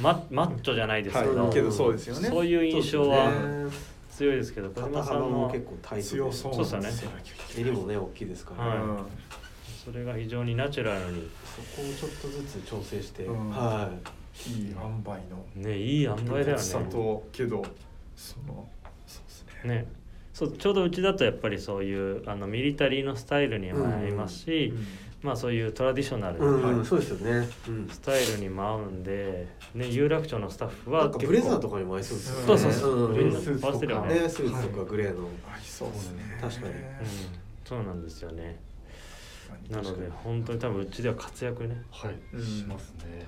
Speaker 1: ママッチョじゃないですけ
Speaker 2: ろう
Speaker 1: ど、
Speaker 2: はいけどそうですよね
Speaker 1: そういう印象
Speaker 3: そう
Speaker 1: は
Speaker 3: ですね
Speaker 1: 強いですけど小
Speaker 3: 肩
Speaker 1: 島さ
Speaker 3: 幅
Speaker 1: ん
Speaker 3: も
Speaker 1: の
Speaker 3: 結構タイトで
Speaker 2: 強そう
Speaker 1: そうですよ
Speaker 3: 襟もね大きいですから、
Speaker 1: はい
Speaker 3: ね
Speaker 2: うん
Speaker 1: それが非常にナチュラルに
Speaker 3: そこをちょっとずつ調整して、
Speaker 2: うん
Speaker 3: はい
Speaker 2: いい塩梅の
Speaker 1: ねいい塩梅だよ
Speaker 2: 厚さ
Speaker 1: ね
Speaker 2: とけどそのそうですね
Speaker 1: ねそうちょうどうちだとやっぱりそういうあのミリタリーのスタイルにも合いますし、まあそういうトラディショナルな、
Speaker 3: うん、そうですよね、うん、
Speaker 1: スタイルにも合うんで、ね、有楽町のスタッフは
Speaker 3: なんかブレザーとかにも合いそうですよね
Speaker 1: そうそうそう、
Speaker 3: ん
Speaker 1: みんな合わせてるよね、
Speaker 3: ねスーツとかグレーの、
Speaker 2: 合いそうですね
Speaker 3: 確かに
Speaker 1: うん、そうなんですよねなので本当に多分うちでは活躍ね
Speaker 4: はい、
Speaker 2: うん
Speaker 4: しますね。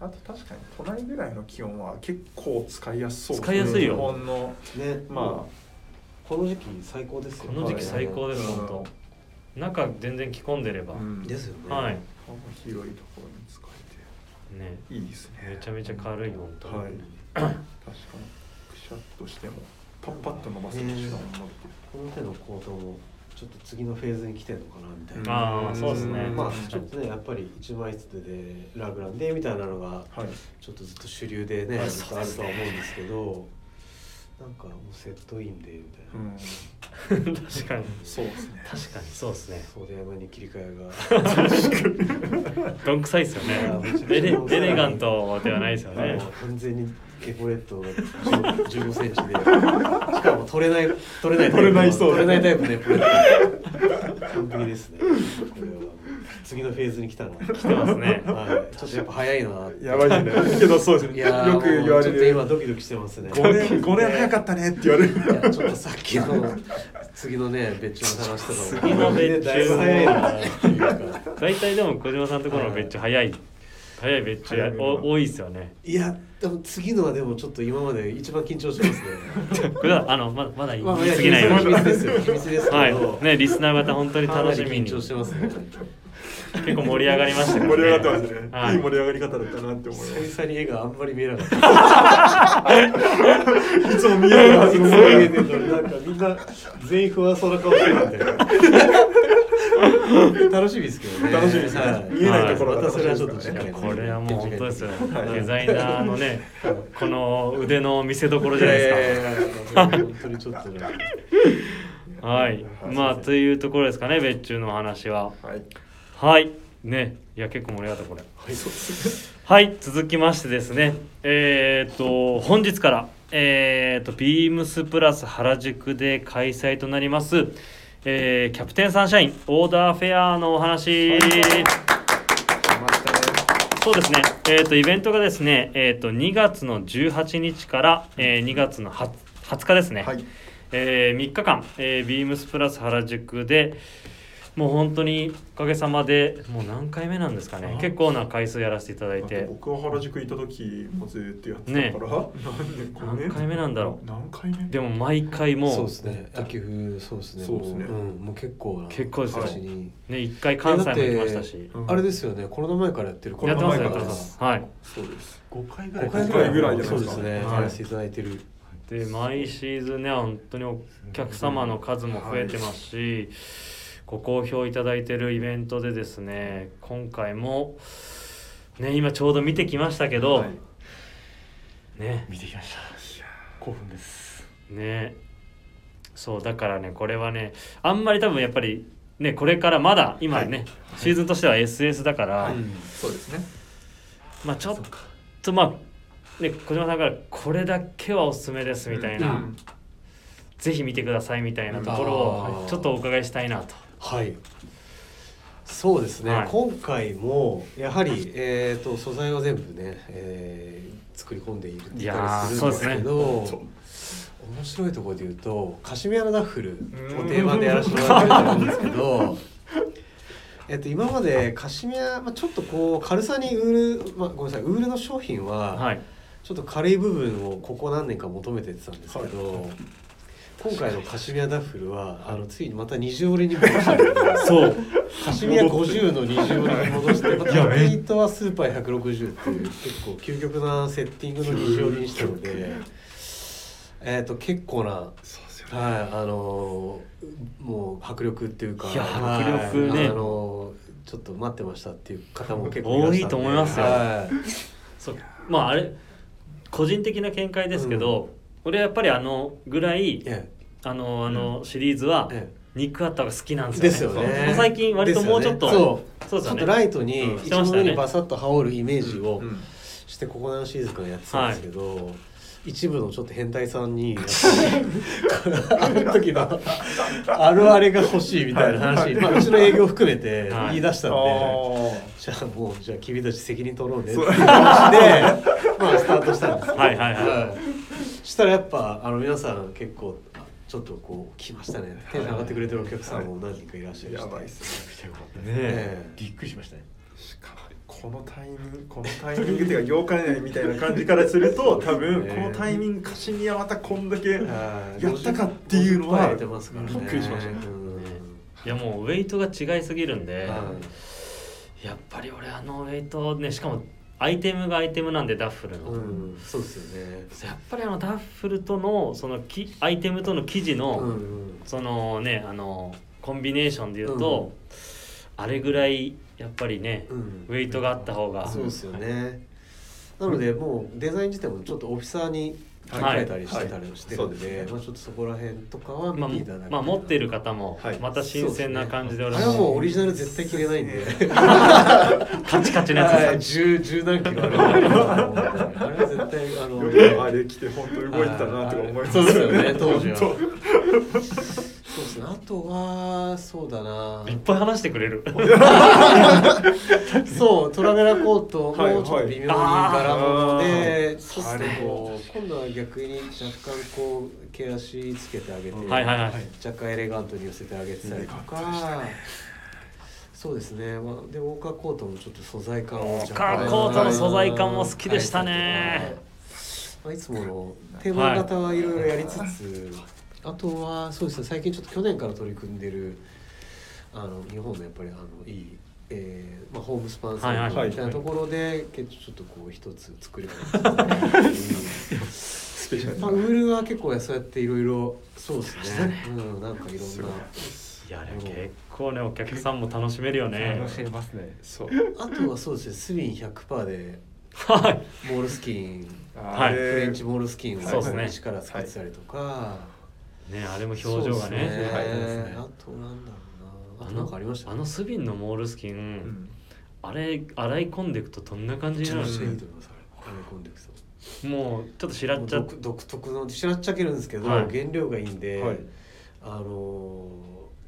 Speaker 2: あと確かに都内ぐらいの気温は結構使いやすそう
Speaker 1: 使いやすいよ
Speaker 2: 日本の
Speaker 3: ね
Speaker 2: ま
Speaker 3: この時期最高ですよ
Speaker 1: この時期最高です、
Speaker 2: はい
Speaker 1: 本当中全然着込んでれ
Speaker 2: あ、
Speaker 1: ば、
Speaker 2: うん
Speaker 3: ですよね
Speaker 1: はい
Speaker 2: 幅広いところに使え
Speaker 1: ね
Speaker 2: ていいです
Speaker 1: め
Speaker 2: ね
Speaker 1: ちゃめちゃ軽い本当に、
Speaker 2: はい確かにくしゃっとしてもパッパッと伸ばせる手段も伸びてる
Speaker 3: この手の行動もちょっと次のフェーズに来てるのかなみたいな、
Speaker 1: ああそうですね、
Speaker 2: うん
Speaker 3: まあ
Speaker 1: 確か
Speaker 3: ちょっ
Speaker 1: に
Speaker 3: とねやっぱり一枚ずつでラグランでみたいなのが
Speaker 2: はい
Speaker 3: ちょっとずっと主流でね、
Speaker 1: はい
Speaker 3: ずっとあるとは思うんですけどなんかもうセットインでみたいな、
Speaker 2: うん
Speaker 1: 確かに
Speaker 2: そうですね
Speaker 1: 確かにそうですね
Speaker 3: 袖山に切り替えが
Speaker 1: どんくさいですよ
Speaker 3: いやめ
Speaker 1: ね
Speaker 3: ちゃくちゃ
Speaker 1: エレエレガントではないですよね
Speaker 3: あの完全にエコレット十五セン チで、しかも取れない取れないタイ
Speaker 2: 取
Speaker 3: プの
Speaker 2: れないそう
Speaker 3: 取れないタイプのエコレット。完璧ですね。これは次のフェーズに来たな。来
Speaker 1: 来てます ね
Speaker 3: はい、ちょっとやっぱ早いなって。
Speaker 2: やばいよねけどそうです
Speaker 3: い
Speaker 2: ね
Speaker 3: やー
Speaker 2: よく言わ
Speaker 3: ち
Speaker 2: れ
Speaker 3: ょっと
Speaker 2: る
Speaker 3: 今ドキドキしてますね。
Speaker 2: 5年五年早かったねって言われる
Speaker 3: いやちょっとさっきの次のね別注の話とかも
Speaker 1: 次の別注
Speaker 3: だいぶ早いなっていうか。
Speaker 1: 大体でも小島さんのところの別注早い早いめっち
Speaker 2: 早
Speaker 1: ゃ
Speaker 2: いめ
Speaker 1: お多いですよ ね。
Speaker 3: いやでも次のはでもちょっと今まで一番緊張してますね
Speaker 1: これはあのま だまだ言
Speaker 3: まあ
Speaker 1: い過ぎないよう
Speaker 3: や秘
Speaker 1: に。
Speaker 3: 密ですよ秘密ですけど、
Speaker 1: はい。ねリスナー方本当に
Speaker 3: かな
Speaker 1: 楽
Speaker 3: り
Speaker 1: しみ
Speaker 3: 緊
Speaker 1: に
Speaker 3: 張し
Speaker 1: 結
Speaker 3: てますね
Speaker 1: 構盛り上がりましたからね。
Speaker 2: 盛り上がってますね、、
Speaker 1: はいい
Speaker 2: い盛り上がり方だったなって思います
Speaker 3: 久々に絵があんまり見え なかった
Speaker 2: いつも見えるはずの
Speaker 3: なんかみんな全員不安そうな顔してるんで。楽しみですけどね。
Speaker 2: 楽しみですね
Speaker 3: はい
Speaker 2: 見えないところが
Speaker 3: また
Speaker 2: 楽し
Speaker 3: そ
Speaker 2: みで
Speaker 3: れは
Speaker 2: す
Speaker 3: ち
Speaker 1: い
Speaker 2: ね
Speaker 3: ょっと次
Speaker 1: や
Speaker 3: 回
Speaker 1: これはもう本当ですよ、
Speaker 3: はい
Speaker 1: デザイナーのねこの腕の見せ所
Speaker 3: い
Speaker 1: じゃないですか、
Speaker 3: やいやいや本当にちょっとね。
Speaker 1: はいまあというところですかね別注のお話は
Speaker 2: はい
Speaker 1: はいねいや結構盛り上がったこれ
Speaker 2: はいそうですね
Speaker 1: はい続きましてですねえーっと本日からえーっとビームスプラス原宿で開催となります、えーキャプテンサンシャインオーダーフェアのお話、そうですね、えー、とイベントがですね、えー、と2月の18日から、えー2月の 20, 20日ですね、
Speaker 2: はい
Speaker 1: え3日間、えービームスプラス原宿でもう本当におかげさまでもう何回目なんですかね
Speaker 2: あ
Speaker 1: 結構な回数やらせていただい
Speaker 2: だって
Speaker 1: て
Speaker 2: 僕は原宿行った時もずっとやってたから、何年五年
Speaker 1: 何回目なんだろう
Speaker 2: 何回目
Speaker 1: でも毎回
Speaker 3: そう
Speaker 1: も
Speaker 3: ですね。秋冬そうですね。
Speaker 2: そうですね
Speaker 3: もうんもう結構な
Speaker 1: 結構ですよ
Speaker 3: 話に
Speaker 1: う、ね、1回関西も行きましたし
Speaker 2: だっ
Speaker 3: あれですよね。コロナ前からやってる。
Speaker 2: て
Speaker 1: やってますね
Speaker 2: コ
Speaker 1: 加
Speaker 2: ロナ前か
Speaker 1: 藤
Speaker 2: らです
Speaker 1: さんはい
Speaker 2: そうです
Speaker 4: 5回ぐらい
Speaker 3: 5回
Speaker 2: 五回
Speaker 3: ぐ
Speaker 2: ぐ
Speaker 3: ら
Speaker 2: ら
Speaker 3: い
Speaker 2: いじゃない
Speaker 3: そ
Speaker 2: です
Speaker 3: うで
Speaker 2: か
Speaker 3: すね。
Speaker 2: はい
Speaker 3: やらせていただいてる。
Speaker 1: で毎シーズンね本当にお客様の数も増えてますし、ご好評いただいてるイベントでですね今回もね今ちょうど見てきましたけど、
Speaker 2: はい
Speaker 1: ね
Speaker 4: 見てきました興奮です
Speaker 1: ねそうだからねこれはねあんまり多分やっぱりねこれからまだ今ね、シーズンとしては SS だから、
Speaker 2: はいそうですね
Speaker 1: まあちょっとまあね小島さんからこれだけはおすすめですみたいな、
Speaker 2: うん
Speaker 1: ぜひ見てくださいみたいなところ
Speaker 3: う
Speaker 1: を
Speaker 3: ん
Speaker 1: ちょっとお伺いしたいなと。
Speaker 3: はい。そうですね、
Speaker 1: はい
Speaker 3: 今回もやはり、えー、と素材は全部ね、えー作り込んでいる
Speaker 1: い
Speaker 3: い
Speaker 1: や
Speaker 3: た
Speaker 1: ー
Speaker 3: りするんですけど
Speaker 2: そう
Speaker 3: 面白いところで言うとカシミヤのダッフルを定番でやらせてもらってると思うんですけど。 えっと、今までカシミヤ、まあ、ちょっとこう軽さにウール、まあ、ごめんなさいウールの商品は、
Speaker 1: はい
Speaker 3: ちょっと軽い部分をここ何年か求めてたんですけど、今回のカシミヤダッフルはあのついにまた二重折りに戻したんですよ
Speaker 1: そう
Speaker 3: カシミヤ50の20折りに戻してまたビートはスーパー160っていう結構究極なセッティングの20折りにした のでえーと結構な、はい、
Speaker 2: そうですよね
Speaker 3: あのーもう迫力っていうか
Speaker 1: いや
Speaker 3: はい
Speaker 1: 迫力ね
Speaker 3: あのーちょっと待ってましたっていう方も結構いらっしゃったんで
Speaker 1: 多いと思いますよ
Speaker 3: はい
Speaker 1: そうまああれ個人的な見解ですけど、俺はやっぱりあのぐらい
Speaker 3: え
Speaker 1: あのあのシリーズは
Speaker 3: ええ
Speaker 1: 肉あった方が好きなん
Speaker 3: え
Speaker 1: ですよね。
Speaker 3: ですよね
Speaker 1: そう最近割ともうちょっと、
Speaker 3: ですよね
Speaker 1: そ
Speaker 3: そうう
Speaker 1: です
Speaker 3: ち
Speaker 1: よ
Speaker 3: ょっ
Speaker 1: ね
Speaker 3: とライトに
Speaker 1: うんし
Speaker 3: 一
Speaker 1: てました
Speaker 3: 度
Speaker 1: よね
Speaker 3: にバサッと羽織るイメージを、
Speaker 2: うん
Speaker 3: してここ何シーズンかやってたんですけど、一部のちょっと変態さんに あの時のあるあれが欲しいみたいな話、まあ、うちの営業含めて
Speaker 1: はい
Speaker 3: 言い出したんで、
Speaker 2: あ
Speaker 3: じゃあもうじゃあ君たち責任取ろうねっていう話でまあスタートしたんですよ
Speaker 1: はいはいはい
Speaker 3: したらやっぱあの皆さん結構ちょっとこう来ましたねテンション上がってくれてるお客さんも何人かいらっしゃ
Speaker 2: ー
Speaker 3: るし
Speaker 2: やばいっすね
Speaker 3: ええ
Speaker 4: びっくりしましたね
Speaker 2: しかもこのタイミングこのタイミングっていうか業界内みたいな感じからすると多分このタイミングカシミヤまたこんだけ
Speaker 3: はい
Speaker 2: やったかっていうのは
Speaker 3: 50%出ますからね
Speaker 2: びっくりしましたね
Speaker 3: うん
Speaker 1: いやもうウェイトが違いすぎるんで、
Speaker 3: はい
Speaker 1: やっぱり俺あのウェイトねしかもアイテムがアイテムなんでダッフルの、
Speaker 3: うん、そうですよね。
Speaker 1: やっぱりあのダッフルとのそのきアイテムとの生地の、
Speaker 3: うん、
Speaker 1: そのねあのコンビネーションで言うと、あれぐらいやっぱりね、
Speaker 3: うん
Speaker 1: ウェイトがあった方が
Speaker 3: そうですよね。なのでもうデザイン自体もちょっとオフィサーに書き換えたりしてたりしてる
Speaker 2: はいはい
Speaker 3: ん
Speaker 2: そう
Speaker 3: で
Speaker 2: で、す
Speaker 3: まあちょっとそこら辺とかは見
Speaker 1: まあ
Speaker 3: ていただきたいな、
Speaker 1: まあ持ってる方も
Speaker 2: はい
Speaker 1: また新鮮な感じで
Speaker 3: あ
Speaker 1: 俺
Speaker 3: れはもうオリジナル絶対着れないんで、
Speaker 1: カチカチの
Speaker 3: は
Speaker 1: や
Speaker 3: い
Speaker 1: つ
Speaker 3: 十十何キロあるんで、あれは絶対あの、
Speaker 2: よあれ来て本当動いてたなとか思います
Speaker 3: そうですよね当時は。
Speaker 2: 本
Speaker 3: そうですね。あとはそうだな。
Speaker 1: いっぱい話してくれる
Speaker 3: そうトラベラコートも
Speaker 2: はい
Speaker 3: ち
Speaker 2: はい
Speaker 3: ょっと微妙に柄物で、
Speaker 2: あー
Speaker 3: そうするとこう今度は逆に若干こう毛足つけてあげて、
Speaker 1: はいはいはい
Speaker 3: 若干エレガントに寄せてあげてたりとか、そうですね、まあ、でウォーカーコートもちょっと素材感を
Speaker 1: ウォー
Speaker 3: 若
Speaker 1: カ
Speaker 3: 干
Speaker 1: ーコートの素材感も好きでしたね
Speaker 3: はいまあ、いつものテーマ型はいろいろやりつつ、あとはそうですね最近ちょっと去年から取り組んでるあの日本のやっぱりあのいい、えーまあ、ホームスパンサーみ
Speaker 2: はいはい
Speaker 3: たいなところで結構ちょっとこう一つ作ればなっていう
Speaker 2: スペシャル
Speaker 3: まあ、ウールは結構そうやっていろいろそうですね、うん、なんかいろんな。
Speaker 1: いやあれ結構ねお客さんも楽しめるよね
Speaker 4: 楽しめますね
Speaker 2: そう
Speaker 3: あとはそうですね、スリン100%で
Speaker 1: はい
Speaker 3: モールスキン、
Speaker 1: はい
Speaker 2: あ
Speaker 3: フレ
Speaker 2: れ
Speaker 3: ンチモールスキンを
Speaker 1: そうですね
Speaker 3: 一から作ってたりとか、
Speaker 1: ねあれも表情がね
Speaker 3: そうです
Speaker 2: はい
Speaker 3: あとなんだろうな、あとなんかありました
Speaker 1: あのスビンのモールスキン、
Speaker 2: うん
Speaker 1: あれ洗い込んでいくとどんな感
Speaker 3: め
Speaker 1: じ
Speaker 3: ち
Speaker 1: に
Speaker 3: ゃ
Speaker 1: な
Speaker 3: め
Speaker 1: る
Speaker 3: ちゃいい
Speaker 1: の
Speaker 3: と思います。あれ、込んでいくと。
Speaker 1: もうちょっとしらっちゃっ
Speaker 3: 独独特のしらっちゃけるんですけど、
Speaker 1: はい
Speaker 3: 原料がいいんで、
Speaker 2: はい
Speaker 3: あのー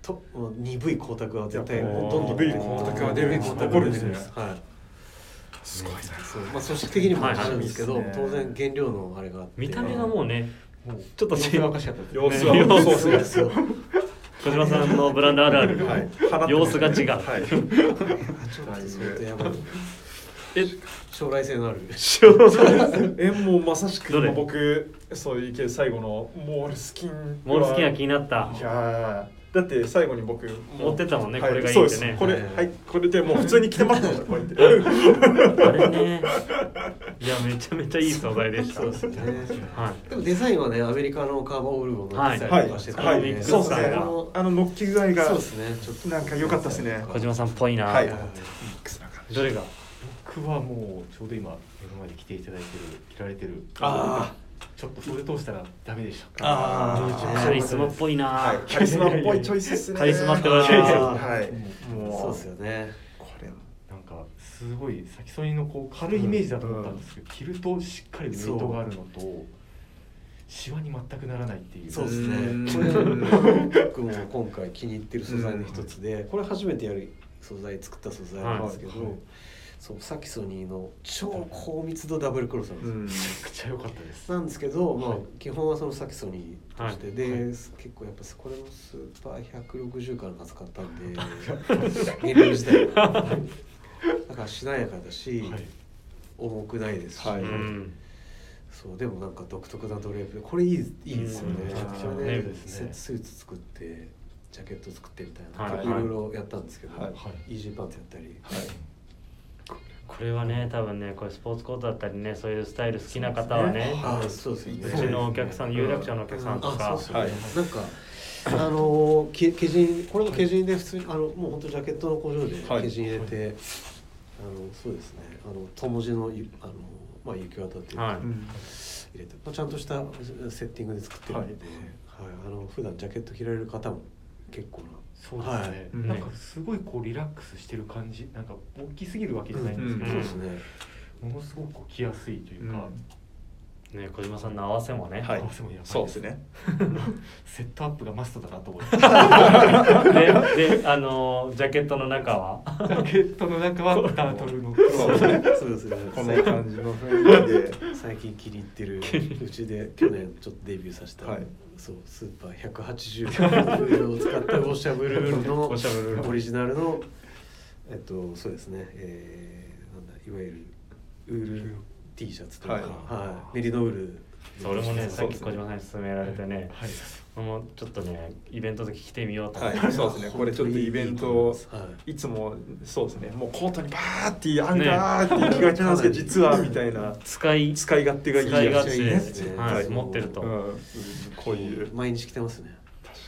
Speaker 3: ともう鈍い光沢は絶対
Speaker 2: い
Speaker 3: ど
Speaker 2: や
Speaker 3: んどん
Speaker 2: 鈍い光沢が出る
Speaker 3: 鈍い光沢が出るんです
Speaker 2: 残
Speaker 3: はい
Speaker 2: すごいな
Speaker 3: そうまあ組織的にもあるんですけど、
Speaker 4: はいはい
Speaker 3: 当然原料のあれがあって
Speaker 1: 見た目がもうね
Speaker 4: もう
Speaker 1: ちょっと
Speaker 4: 様子がおかしかったです
Speaker 1: ね
Speaker 2: 様子は
Speaker 1: 様子
Speaker 2: そう
Speaker 3: そう
Speaker 2: で
Speaker 3: ですすよ
Speaker 1: 小島さんのブランドあるある、
Speaker 2: はい放って
Speaker 1: 様子が違う
Speaker 2: はい
Speaker 3: ちょっと相当やばい
Speaker 1: え
Speaker 3: 将来性のある
Speaker 2: えもうまさしく
Speaker 1: どれ
Speaker 2: 今僕そういう系最後のモールスキンは
Speaker 1: モールスキンが気になった
Speaker 2: いやーだって最後に僕
Speaker 1: 持ってたもんねこれがいいってね
Speaker 2: そうですこれ
Speaker 3: はい
Speaker 2: はいこれでもう普通に着てましたもんこうやって
Speaker 1: あれねいやめちゃめちゃいい素材でした
Speaker 3: そうですね
Speaker 1: は
Speaker 3: でもデザインはねアメリカのカーバーオルゴンのデザインとかしてた
Speaker 2: は
Speaker 1: の
Speaker 3: んで、
Speaker 1: ミ
Speaker 2: い
Speaker 1: ックス
Speaker 2: そうです
Speaker 1: さん
Speaker 2: ね
Speaker 1: が
Speaker 2: あのあののっき具合が
Speaker 3: そうですねちょっと
Speaker 2: なんか良かったですね
Speaker 1: い小島さんっぽいな、
Speaker 2: はいミックスな感じ
Speaker 1: どれが
Speaker 4: 僕はもうちょうど今目の前で着ていただいてる着られてる
Speaker 3: あ
Speaker 4: ちょっと袖通したらダメでした
Speaker 3: あー
Speaker 1: カリスマっぽいな、
Speaker 2: はいカリスマっぽいチョイスですね
Speaker 1: カリスマって言われて
Speaker 3: るんですよ
Speaker 2: はい
Speaker 3: あ
Speaker 2: も
Speaker 3: そうですよね
Speaker 2: これ
Speaker 4: なんかすごい先添いのこう軽いイメージだと思ったんですけど、着るとしっかりウエイトがあるのとシワに全くならないっていう
Speaker 3: そうですね
Speaker 2: うん
Speaker 3: これ僕も今回気に入ってる素材の一つでこれ初めてやる素材作った素材なんですけど、
Speaker 4: はいはい
Speaker 3: そうサキソニーの超高密度ダブルクロスなんですよ、
Speaker 2: うん
Speaker 4: めちゃくちゃ良かったです
Speaker 3: なんですけど、まあ
Speaker 4: はい、
Speaker 3: 基本はそのサキソニーとして、
Speaker 1: はい
Speaker 3: で、
Speaker 1: はい
Speaker 3: 結構やっぱこれもスーパー160からまず買ったんで原料自体がだからしなやかだし、
Speaker 4: はい
Speaker 3: 重くないですし、
Speaker 2: はい
Speaker 1: うん
Speaker 3: そうでもなんか独特なドレープでこれいいいいですよね、
Speaker 1: うん
Speaker 3: めちゃくちゃ
Speaker 1: ね
Speaker 3: ね
Speaker 4: ですね
Speaker 3: スーツ作ってジャケット作ってみたい
Speaker 1: はい
Speaker 3: な、
Speaker 1: はい
Speaker 3: 結構いろいろやったんですけど、
Speaker 2: はい
Speaker 3: イージーパンツやったり、
Speaker 1: これはね多分ねこれスポーツコートだったりねそういうスタイル好きな方はね
Speaker 3: ああそうですよ
Speaker 1: う
Speaker 3: ね
Speaker 1: ちのお客さん有楽町のお客さんと
Speaker 3: あ
Speaker 1: か
Speaker 3: そうそう、
Speaker 2: はい
Speaker 3: なんかあのけ毛人これも毛人で普通にあのもう本当ジャケットの工場で
Speaker 2: はい
Speaker 3: 毛人入れて、あのそうですねあのトモジのゆあのまあ雪綿っていうか、
Speaker 1: はい
Speaker 2: うん
Speaker 3: 入れて、まあ、ちゃんとしたセッティングで作ってるんで、はいあの普段ジャケット着られる方も結構な
Speaker 4: そうですね、
Speaker 3: はい
Speaker 1: うん
Speaker 4: なんかすごいこうリラックスしてる感じなんか大きすぎるわけじゃないんですけど、
Speaker 1: うんうん
Speaker 3: そうですね
Speaker 4: ものすごく着やすいというか、
Speaker 1: ね小島さんの合わせもね、
Speaker 2: はい
Speaker 4: 合わせもやばい
Speaker 2: そうですね
Speaker 4: セットアップがマストだなと思ってジ
Speaker 1: でであのージャケットの中は
Speaker 4: ャケットの中はタートルの黒
Speaker 2: そうですね
Speaker 3: そうですね
Speaker 2: この感じの雰囲気で
Speaker 3: 最近気に入って るうちで去年ちょっとデビューさせた、
Speaker 2: はい
Speaker 3: そうスーパー180ブルーを使ったウォッシャブルーの
Speaker 1: ウ ォッシャブルー
Speaker 3: オリジナルのえっとそうですね、えー、なんだいわゆるウール T シャツとか、は
Speaker 2: はいい
Speaker 3: メリノウール
Speaker 1: それもねさ
Speaker 2: そ
Speaker 1: っ
Speaker 2: うで
Speaker 1: き
Speaker 2: すね
Speaker 1: 小島さんに勧められてね、
Speaker 4: はい
Speaker 1: もうちょっとねイベントで着てみようと思って、
Speaker 2: はいそうですねこれちょっとイベントを
Speaker 3: はい
Speaker 2: いつもそうですねもうコートにバーってあるなーって行きがちなんですけど、
Speaker 3: ね
Speaker 2: 実はみたいな
Speaker 1: 使い
Speaker 2: 使い勝手がいい
Speaker 1: 使い
Speaker 2: や
Speaker 1: 勝
Speaker 2: つ
Speaker 1: 手
Speaker 3: いい
Speaker 1: で
Speaker 3: です
Speaker 1: す
Speaker 3: ね
Speaker 1: はい
Speaker 2: はい
Speaker 1: 持ってると、
Speaker 2: うん、こういう
Speaker 3: 毎日着てますね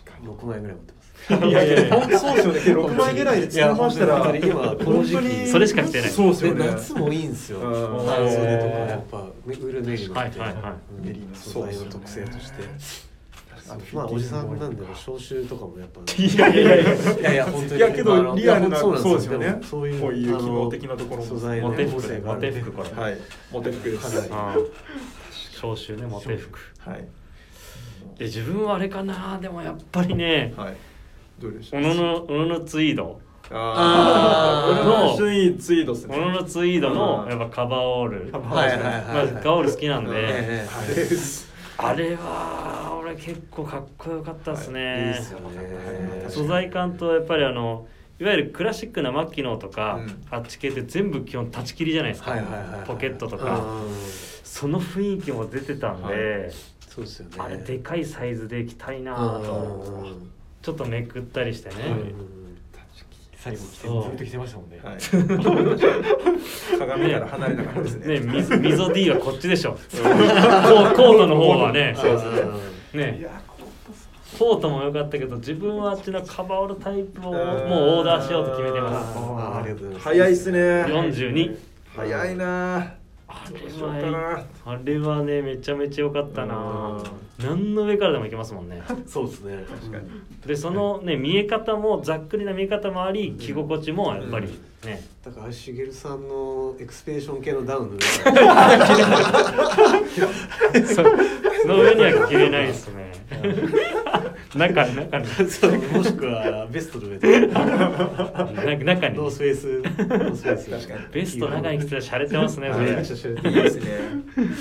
Speaker 2: 確
Speaker 3: 6枚ぐらい持ってます
Speaker 2: かにいやいや本当そうですよね六枚ぐらいで使い回したら
Speaker 3: いや本当に今この時期
Speaker 2: 本当に
Speaker 1: それしか着てない
Speaker 2: そうですよね
Speaker 3: で夏もいいんですよ
Speaker 2: うん
Speaker 3: 半袖とかやっぱウールメリーの
Speaker 1: はいはいは
Speaker 2: メリーの
Speaker 3: 素材の特性としてまあおじさんなんで消臭とかもやっぱ
Speaker 2: いやいやいや
Speaker 3: いやいや本当に
Speaker 2: いやけど
Speaker 3: あの
Speaker 2: リアルない
Speaker 3: や本当
Speaker 2: そうですよね
Speaker 3: もそういう
Speaker 2: こういう
Speaker 3: あの
Speaker 2: 機能的なところも
Speaker 3: 素材の
Speaker 1: モテ
Speaker 3: 個
Speaker 1: 服
Speaker 3: 性
Speaker 1: で
Speaker 3: があ
Speaker 1: モ
Speaker 3: る
Speaker 1: テ服これ、
Speaker 2: はいモテ服です
Speaker 3: はい
Speaker 1: ああ消臭ねモテ服
Speaker 2: はい
Speaker 1: で自分はあれかなでもやっぱりね
Speaker 2: はいどうでした
Speaker 1: 小野の小野のツイード
Speaker 2: あ
Speaker 1: あー
Speaker 2: あこれのツイードです
Speaker 1: 小
Speaker 2: ね
Speaker 1: 野のツイードの
Speaker 2: うん
Speaker 1: やっぱカバーオール、
Speaker 2: カバー
Speaker 3: はいはいはい
Speaker 1: まあ、カバーオール好きなんで、
Speaker 2: うん
Speaker 3: え
Speaker 2: あれです
Speaker 1: あれは俺結構かっこよかったです
Speaker 3: えいい
Speaker 1: ね
Speaker 3: っすよね
Speaker 2: はい
Speaker 1: 素材感とやっぱりあのいわゆるクラシックなマキノとか、
Speaker 2: うん
Speaker 1: あっち系って全部基本立ち切りじゃないですか、
Speaker 3: はいはいはいはい
Speaker 1: ポケットと
Speaker 3: う
Speaker 1: か
Speaker 3: ん
Speaker 1: その雰囲気も出てたんで、
Speaker 4: はい
Speaker 3: そうですよね
Speaker 1: あれでかいサイズでいきたいな
Speaker 3: うん
Speaker 1: ぁ
Speaker 3: うん
Speaker 1: とちょっとめくったりしてね、
Speaker 3: うん
Speaker 4: 最後着てず
Speaker 1: そう
Speaker 4: っと着てましたもんね、
Speaker 2: はい、鏡から離れながらです
Speaker 1: ね
Speaker 2: ね。
Speaker 1: み溝 D はこっちでしょ コーコートの方はね
Speaker 3: そうですね
Speaker 1: ね
Speaker 4: やーこう
Speaker 1: コートも良かったけど自分はあっちのカバオルタイプをもうオーダーしようと決めてます
Speaker 3: あーありがとうございます
Speaker 2: 早いですね。
Speaker 1: 42
Speaker 2: 早いな。
Speaker 1: あ
Speaker 2: どうし
Speaker 1: れ
Speaker 2: よう
Speaker 1: は
Speaker 2: かな。
Speaker 1: あれはねめちゃめちゃ良かったな
Speaker 3: う
Speaker 1: 何の上からでもいけますも んね
Speaker 3: そうですね
Speaker 2: 確かに。
Speaker 1: でそのね見え方もざっくりな見え方もあり着心地もやっぱりね
Speaker 3: だからしげるさんのエクスペーション系のダウン の上
Speaker 1: そその上には着れないですね中中に
Speaker 3: そうもしくはベストの上で
Speaker 1: 中中に
Speaker 3: ノースフェイスノースフェイス
Speaker 2: 確かに
Speaker 1: ベスト中に着てたら洒落てますねそ
Speaker 2: め
Speaker 1: れ
Speaker 2: っちゃいいですね。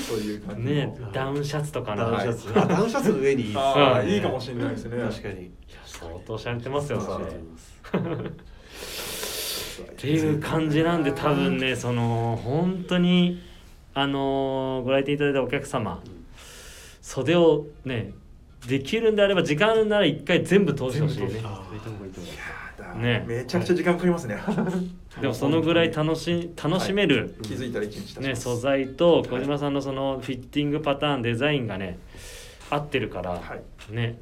Speaker 2: そういう感じの。
Speaker 1: ねダウンシャツとか
Speaker 3: ダ
Speaker 1: の
Speaker 3: ウンシャツあダウンシャツの上にいい
Speaker 1: ー
Speaker 2: ああ、
Speaker 1: そう
Speaker 2: いいかもしれないですね。
Speaker 3: 確かに
Speaker 1: 相当洒落てますよそれ
Speaker 3: 確かに
Speaker 1: っていう感じなんで多分ねその本当にあのーご来店いただいたお客様袖をねできるんであれば時間あるなら一回全部通してほしいね
Speaker 4: あーいた方がいいと思う
Speaker 2: だ
Speaker 1: ね
Speaker 2: めちゃくちゃ時間かかりますね。
Speaker 1: でもそのぐらい楽し楽しめる、
Speaker 2: 気づいたら一日経ちます
Speaker 1: ね、素材と小島さんのそのフィッティングパターンデザインがね合ってるから、
Speaker 2: はい。
Speaker 1: ね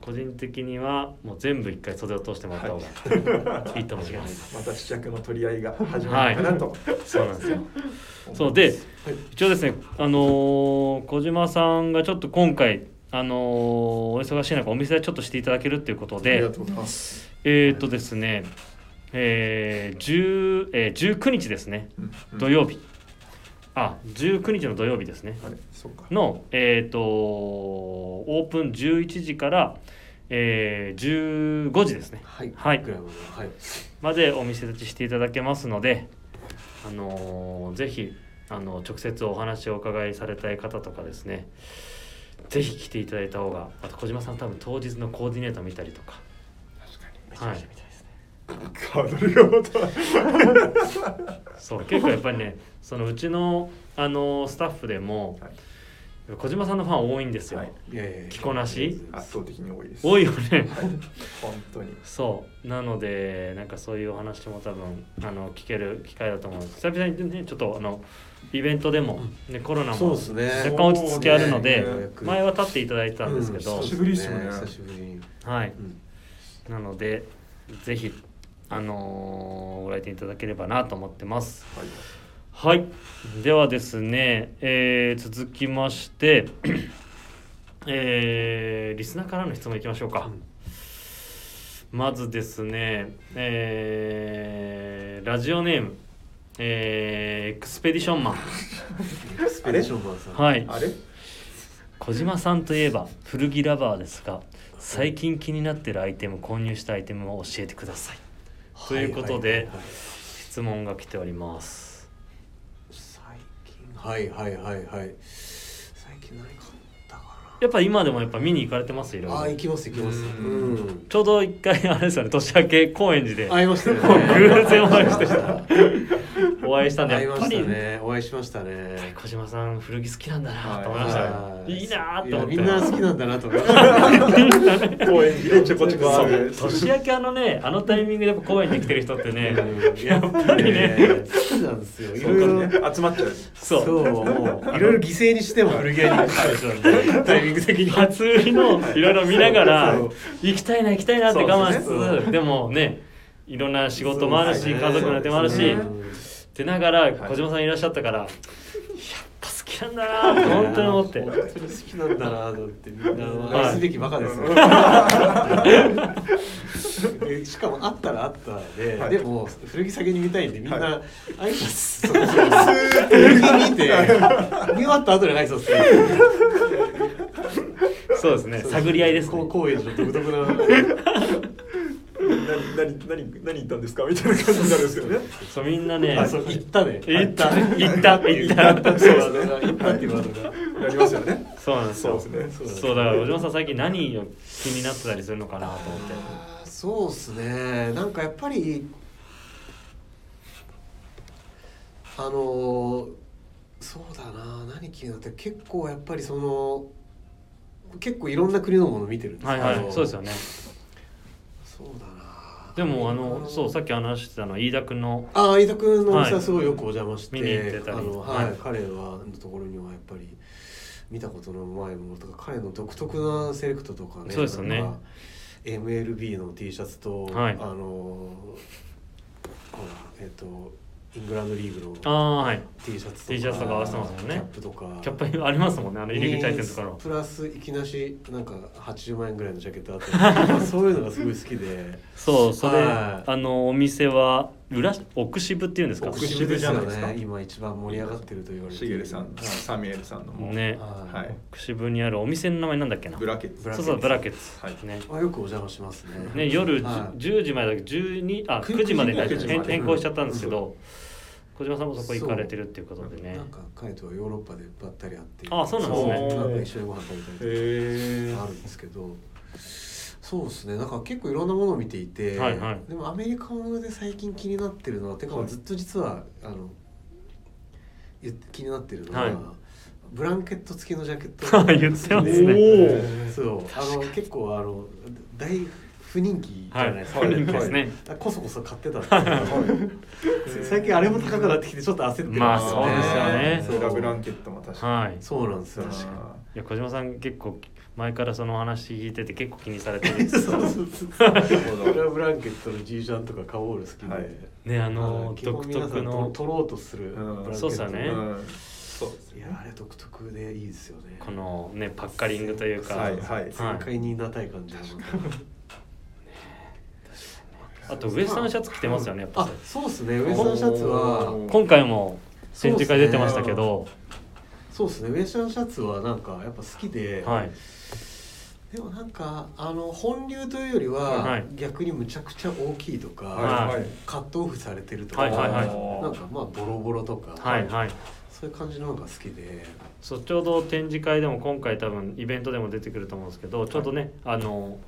Speaker 1: 個人的にはもう全部一回袖を通してもらった方がいいと思います。
Speaker 2: また試着の取り合いが始まるかなと。
Speaker 1: そうなんですよそうで、一応ですね、あのー小島さんがちょっと今回、あのーお忙しい中お店でちょっとしていただけるということ
Speaker 2: ありが
Speaker 1: で
Speaker 2: とうございます。
Speaker 1: えーっとですね、えー10えー、19日ですね
Speaker 2: うんうん
Speaker 1: 土曜日、あ19日の土曜日ですね
Speaker 2: あれ、そうか。
Speaker 1: の、えーっとオープン11時から、えー15時ですね
Speaker 3: はい
Speaker 1: はい
Speaker 3: グラムのはい
Speaker 1: までお店立ちしていただけますので、あのーぜひあの直接お話をお伺いされたい方とかですねぜひ来ていただいた方があと小島さん多分当日のコーディネート見たりとか
Speaker 4: めちゃ
Speaker 1: は
Speaker 4: めちゃ
Speaker 1: い
Speaker 4: 見たいですね
Speaker 2: 変わるよ。
Speaker 1: そう結構やっぱりね そのうちの、あのースタッフでも、小島さんのファン多いんですよ、
Speaker 2: はい
Speaker 3: いやいやいや
Speaker 1: 着こな し
Speaker 2: 圧倒的に多いです。
Speaker 1: 多いよね
Speaker 2: 本当に。
Speaker 1: そうなのでなんかそういうお話も多分あの聞ける機会だと思うんです久々にねちょっとあのイベントでも、ね、コロナ
Speaker 3: そう
Speaker 1: も
Speaker 3: ですね
Speaker 1: 若干落ち着きあるので、
Speaker 2: そうね
Speaker 1: 前は立っていただいてたんですけ
Speaker 3: う
Speaker 1: ど、
Speaker 3: そう
Speaker 2: 久しぶりですよね
Speaker 3: 久しぶりに
Speaker 1: はい
Speaker 3: うん
Speaker 1: なのでぜひあのーご来店いただければなと思ってます
Speaker 2: はい。
Speaker 1: はいではですね、えー続きまして、 えーリスナーからの質問いきましょうか、まずですね、えーラジオネーム、えーエクスペディションマン
Speaker 3: スペレーションマンさん
Speaker 1: はい
Speaker 2: あれ。
Speaker 1: 小島さんといえば古着ラバーですが最近気になってるアイテム購入したアイテムを教えてくださいということで
Speaker 3: は
Speaker 1: 質問が来ております
Speaker 3: はいはいはいはいはいはいはい最近何買ったか
Speaker 1: やっぱ今でもやっぱ見に行かれてますいろ
Speaker 3: なあー
Speaker 1: い
Speaker 3: 行
Speaker 1: ろ
Speaker 3: きます行きます
Speaker 2: うん
Speaker 3: うん
Speaker 1: ちょうど一回あれですよね年明け高円寺で
Speaker 3: 会いましたね
Speaker 1: 偶然お会いしてお会いしたんで
Speaker 3: 会い
Speaker 1: や
Speaker 3: ま
Speaker 1: っぱ
Speaker 3: し
Speaker 1: り
Speaker 3: たねお会いしましたね
Speaker 1: 小島さん古着好きなんだなと思いました
Speaker 3: は
Speaker 1: よいいなと思って
Speaker 3: いやみんな好きなんだなと思って
Speaker 2: 公園でちょこちょこある。
Speaker 1: そう年明けあのねあのタイミングでやっぱ高円寺来てる人って ね
Speaker 3: うん
Speaker 1: やっぱりね
Speaker 3: そうなんですよい
Speaker 2: そう
Speaker 3: ろい
Speaker 2: か
Speaker 3: ろ
Speaker 2: ね集まっちゃう。
Speaker 1: そう
Speaker 3: も ういろいろ犠牲にしても古着屋に行くタイプなんでタイミング的に
Speaker 1: 初売りのいろいろ見ながら
Speaker 3: そう
Speaker 1: 行きたいな行きたいなって我慢し
Speaker 2: そうですね
Speaker 1: つつでもねいろんな仕事もあるし
Speaker 3: そう
Speaker 1: 家
Speaker 3: ですね
Speaker 1: 族の予定もあるし
Speaker 2: そう
Speaker 3: ですね
Speaker 1: ってながら小島さんいらっしゃったからやっぱ好きなんだなって本当に思って
Speaker 3: 本当に好きなんだなと思ってみんな
Speaker 1: はい
Speaker 3: 愛すべきバカで すよ、でしかもあったらあったで、
Speaker 2: はい
Speaker 3: でも古着先に見たいんでみん
Speaker 2: は
Speaker 3: な挨拶する、古着見て見終わった後に挨拶する
Speaker 1: そうですね 探り合いですね
Speaker 3: こう高円寺の独特な
Speaker 2: 何何何何言ったんですかみたいな感じになるんですよね。
Speaker 1: そうみんなね
Speaker 3: あそう行ったね
Speaker 1: 行った行った行った
Speaker 3: 行ったそうだね行ったっていうワードが
Speaker 2: やりますよね。
Speaker 1: そうなんです
Speaker 2: そう
Speaker 1: よ
Speaker 2: ですね。
Speaker 3: そうですね
Speaker 1: そうだからお嬢さん最近何を気になってたりするのかなと思って
Speaker 3: あーそうですねなんかやっぱりあのーそうだな何気になって結構やっぱりその結構いろんな国のもの見てるんです
Speaker 1: はいはいそうです
Speaker 3: よ
Speaker 1: よね
Speaker 3: そうだな
Speaker 1: でもあのそうさっき話してたの飯田君の
Speaker 3: ああ飯田君のお店
Speaker 1: は
Speaker 3: はいすごいよくお邪魔して、
Speaker 1: 見に行ってたり
Speaker 3: あのはい
Speaker 1: はい
Speaker 3: 彼はのところにはやっぱり見たことのないものとか彼の独特なセレクトとかね
Speaker 1: そうですよね
Speaker 3: なんか MLB の T シャツと、
Speaker 1: はい
Speaker 3: あのほらえっ、とイングランドリーグ
Speaker 1: あ
Speaker 3: の
Speaker 1: あはい
Speaker 3: T シャツとか
Speaker 1: T シャツとか合わせてますもんね
Speaker 3: キャップとか
Speaker 1: キャップありますもんねあの入り口入ってるところ
Speaker 3: プラスいきなしなんか80万円ぐらいのジャケットあ ったりそういうのがすごい好きで
Speaker 1: そうそれあ
Speaker 3: はい
Speaker 1: のお店は裏奥渋っていうんですか
Speaker 2: 奥渋じゃないですか
Speaker 3: ね今一番盛り上がってると言われて
Speaker 2: シゲルさん、サミュエルさんのも、
Speaker 1: ね
Speaker 3: はい
Speaker 2: はい、
Speaker 1: 奥渋にあるお店の名前なんだっけな
Speaker 2: ブラケット
Speaker 3: ブラ
Speaker 1: そうそうブラケッツ、
Speaker 2: はい
Speaker 1: ね
Speaker 3: あよくお邪魔しますね。
Speaker 1: ね夜じゅ
Speaker 3: はい
Speaker 1: 10時までだけど12あ
Speaker 2: く
Speaker 1: 9時までに
Speaker 2: 9時まで
Speaker 1: 変
Speaker 2: うん
Speaker 1: 変更しちゃったんですけど小島さんもそこ行かれてるっていうことでね
Speaker 3: なんか彼とはヨーロッパでばったり会って。
Speaker 1: あそうなん
Speaker 2: ですね
Speaker 3: なんか一緒にご飯食べたり
Speaker 2: え
Speaker 3: とかあるんですけど。そうですね。なんか結構いろんなものを見ていて、
Speaker 1: はいはい
Speaker 3: でもアメリカもので最近気になってるのは、てか
Speaker 2: はい
Speaker 3: ずっと実はあの言って気になってるのは、
Speaker 1: はい
Speaker 3: ブランケット付きのジャケット
Speaker 1: 言ってますね
Speaker 3: そうあの結構あの大不人気じゃないですか、
Speaker 1: はい
Speaker 3: はい
Speaker 1: ですね
Speaker 3: だからこそこそ買ってたんですけど最近あれも高くなってきてちょっと焦ってるんですよね、
Speaker 1: まあそうですよね
Speaker 3: そう
Speaker 2: ラブランケットも確か
Speaker 1: はい
Speaker 3: そうなんですよ
Speaker 2: に。
Speaker 3: 確か
Speaker 1: いや小島さん結構前からそのお話聞いてて結構気にされて
Speaker 3: に
Speaker 1: る
Speaker 3: そうそうそ う
Speaker 2: なるほ ど
Speaker 3: ブラブランケットの G ジャンとかカオール好きで、
Speaker 2: はい
Speaker 1: ねあの
Speaker 3: はい基
Speaker 1: 独
Speaker 3: 本皆さ
Speaker 1: 特
Speaker 3: んと
Speaker 1: の
Speaker 3: 取ろうとするブランケット
Speaker 1: そうっすよね
Speaker 2: うんそうです
Speaker 3: い
Speaker 2: ね
Speaker 3: やあれ独特でいいですよね
Speaker 1: このねパッカリングというか、
Speaker 2: はいはい
Speaker 3: 全開になたい感じの
Speaker 1: あとウエスタンシャツ着てますよねやっぱ
Speaker 3: あそうですねウエスタンシャツは
Speaker 2: おー
Speaker 1: 今回も展示会出てましたけど、
Speaker 3: そうですねウエスタンシャツはなんかやっぱ好きで、
Speaker 1: はい
Speaker 3: でもなんかあの本流というよりは、
Speaker 1: はい
Speaker 3: 逆にむちゃくちゃ大きいとか、
Speaker 1: はい
Speaker 2: はい
Speaker 3: カットオフされてるとか、
Speaker 1: はいはいはい
Speaker 3: なんかまあボロボロとか、
Speaker 1: はいはい
Speaker 3: そういう感じの方が好きで
Speaker 1: そうちょうど展示会でも今回多分イベントでも出てくると思うんですけどちょうどね、あの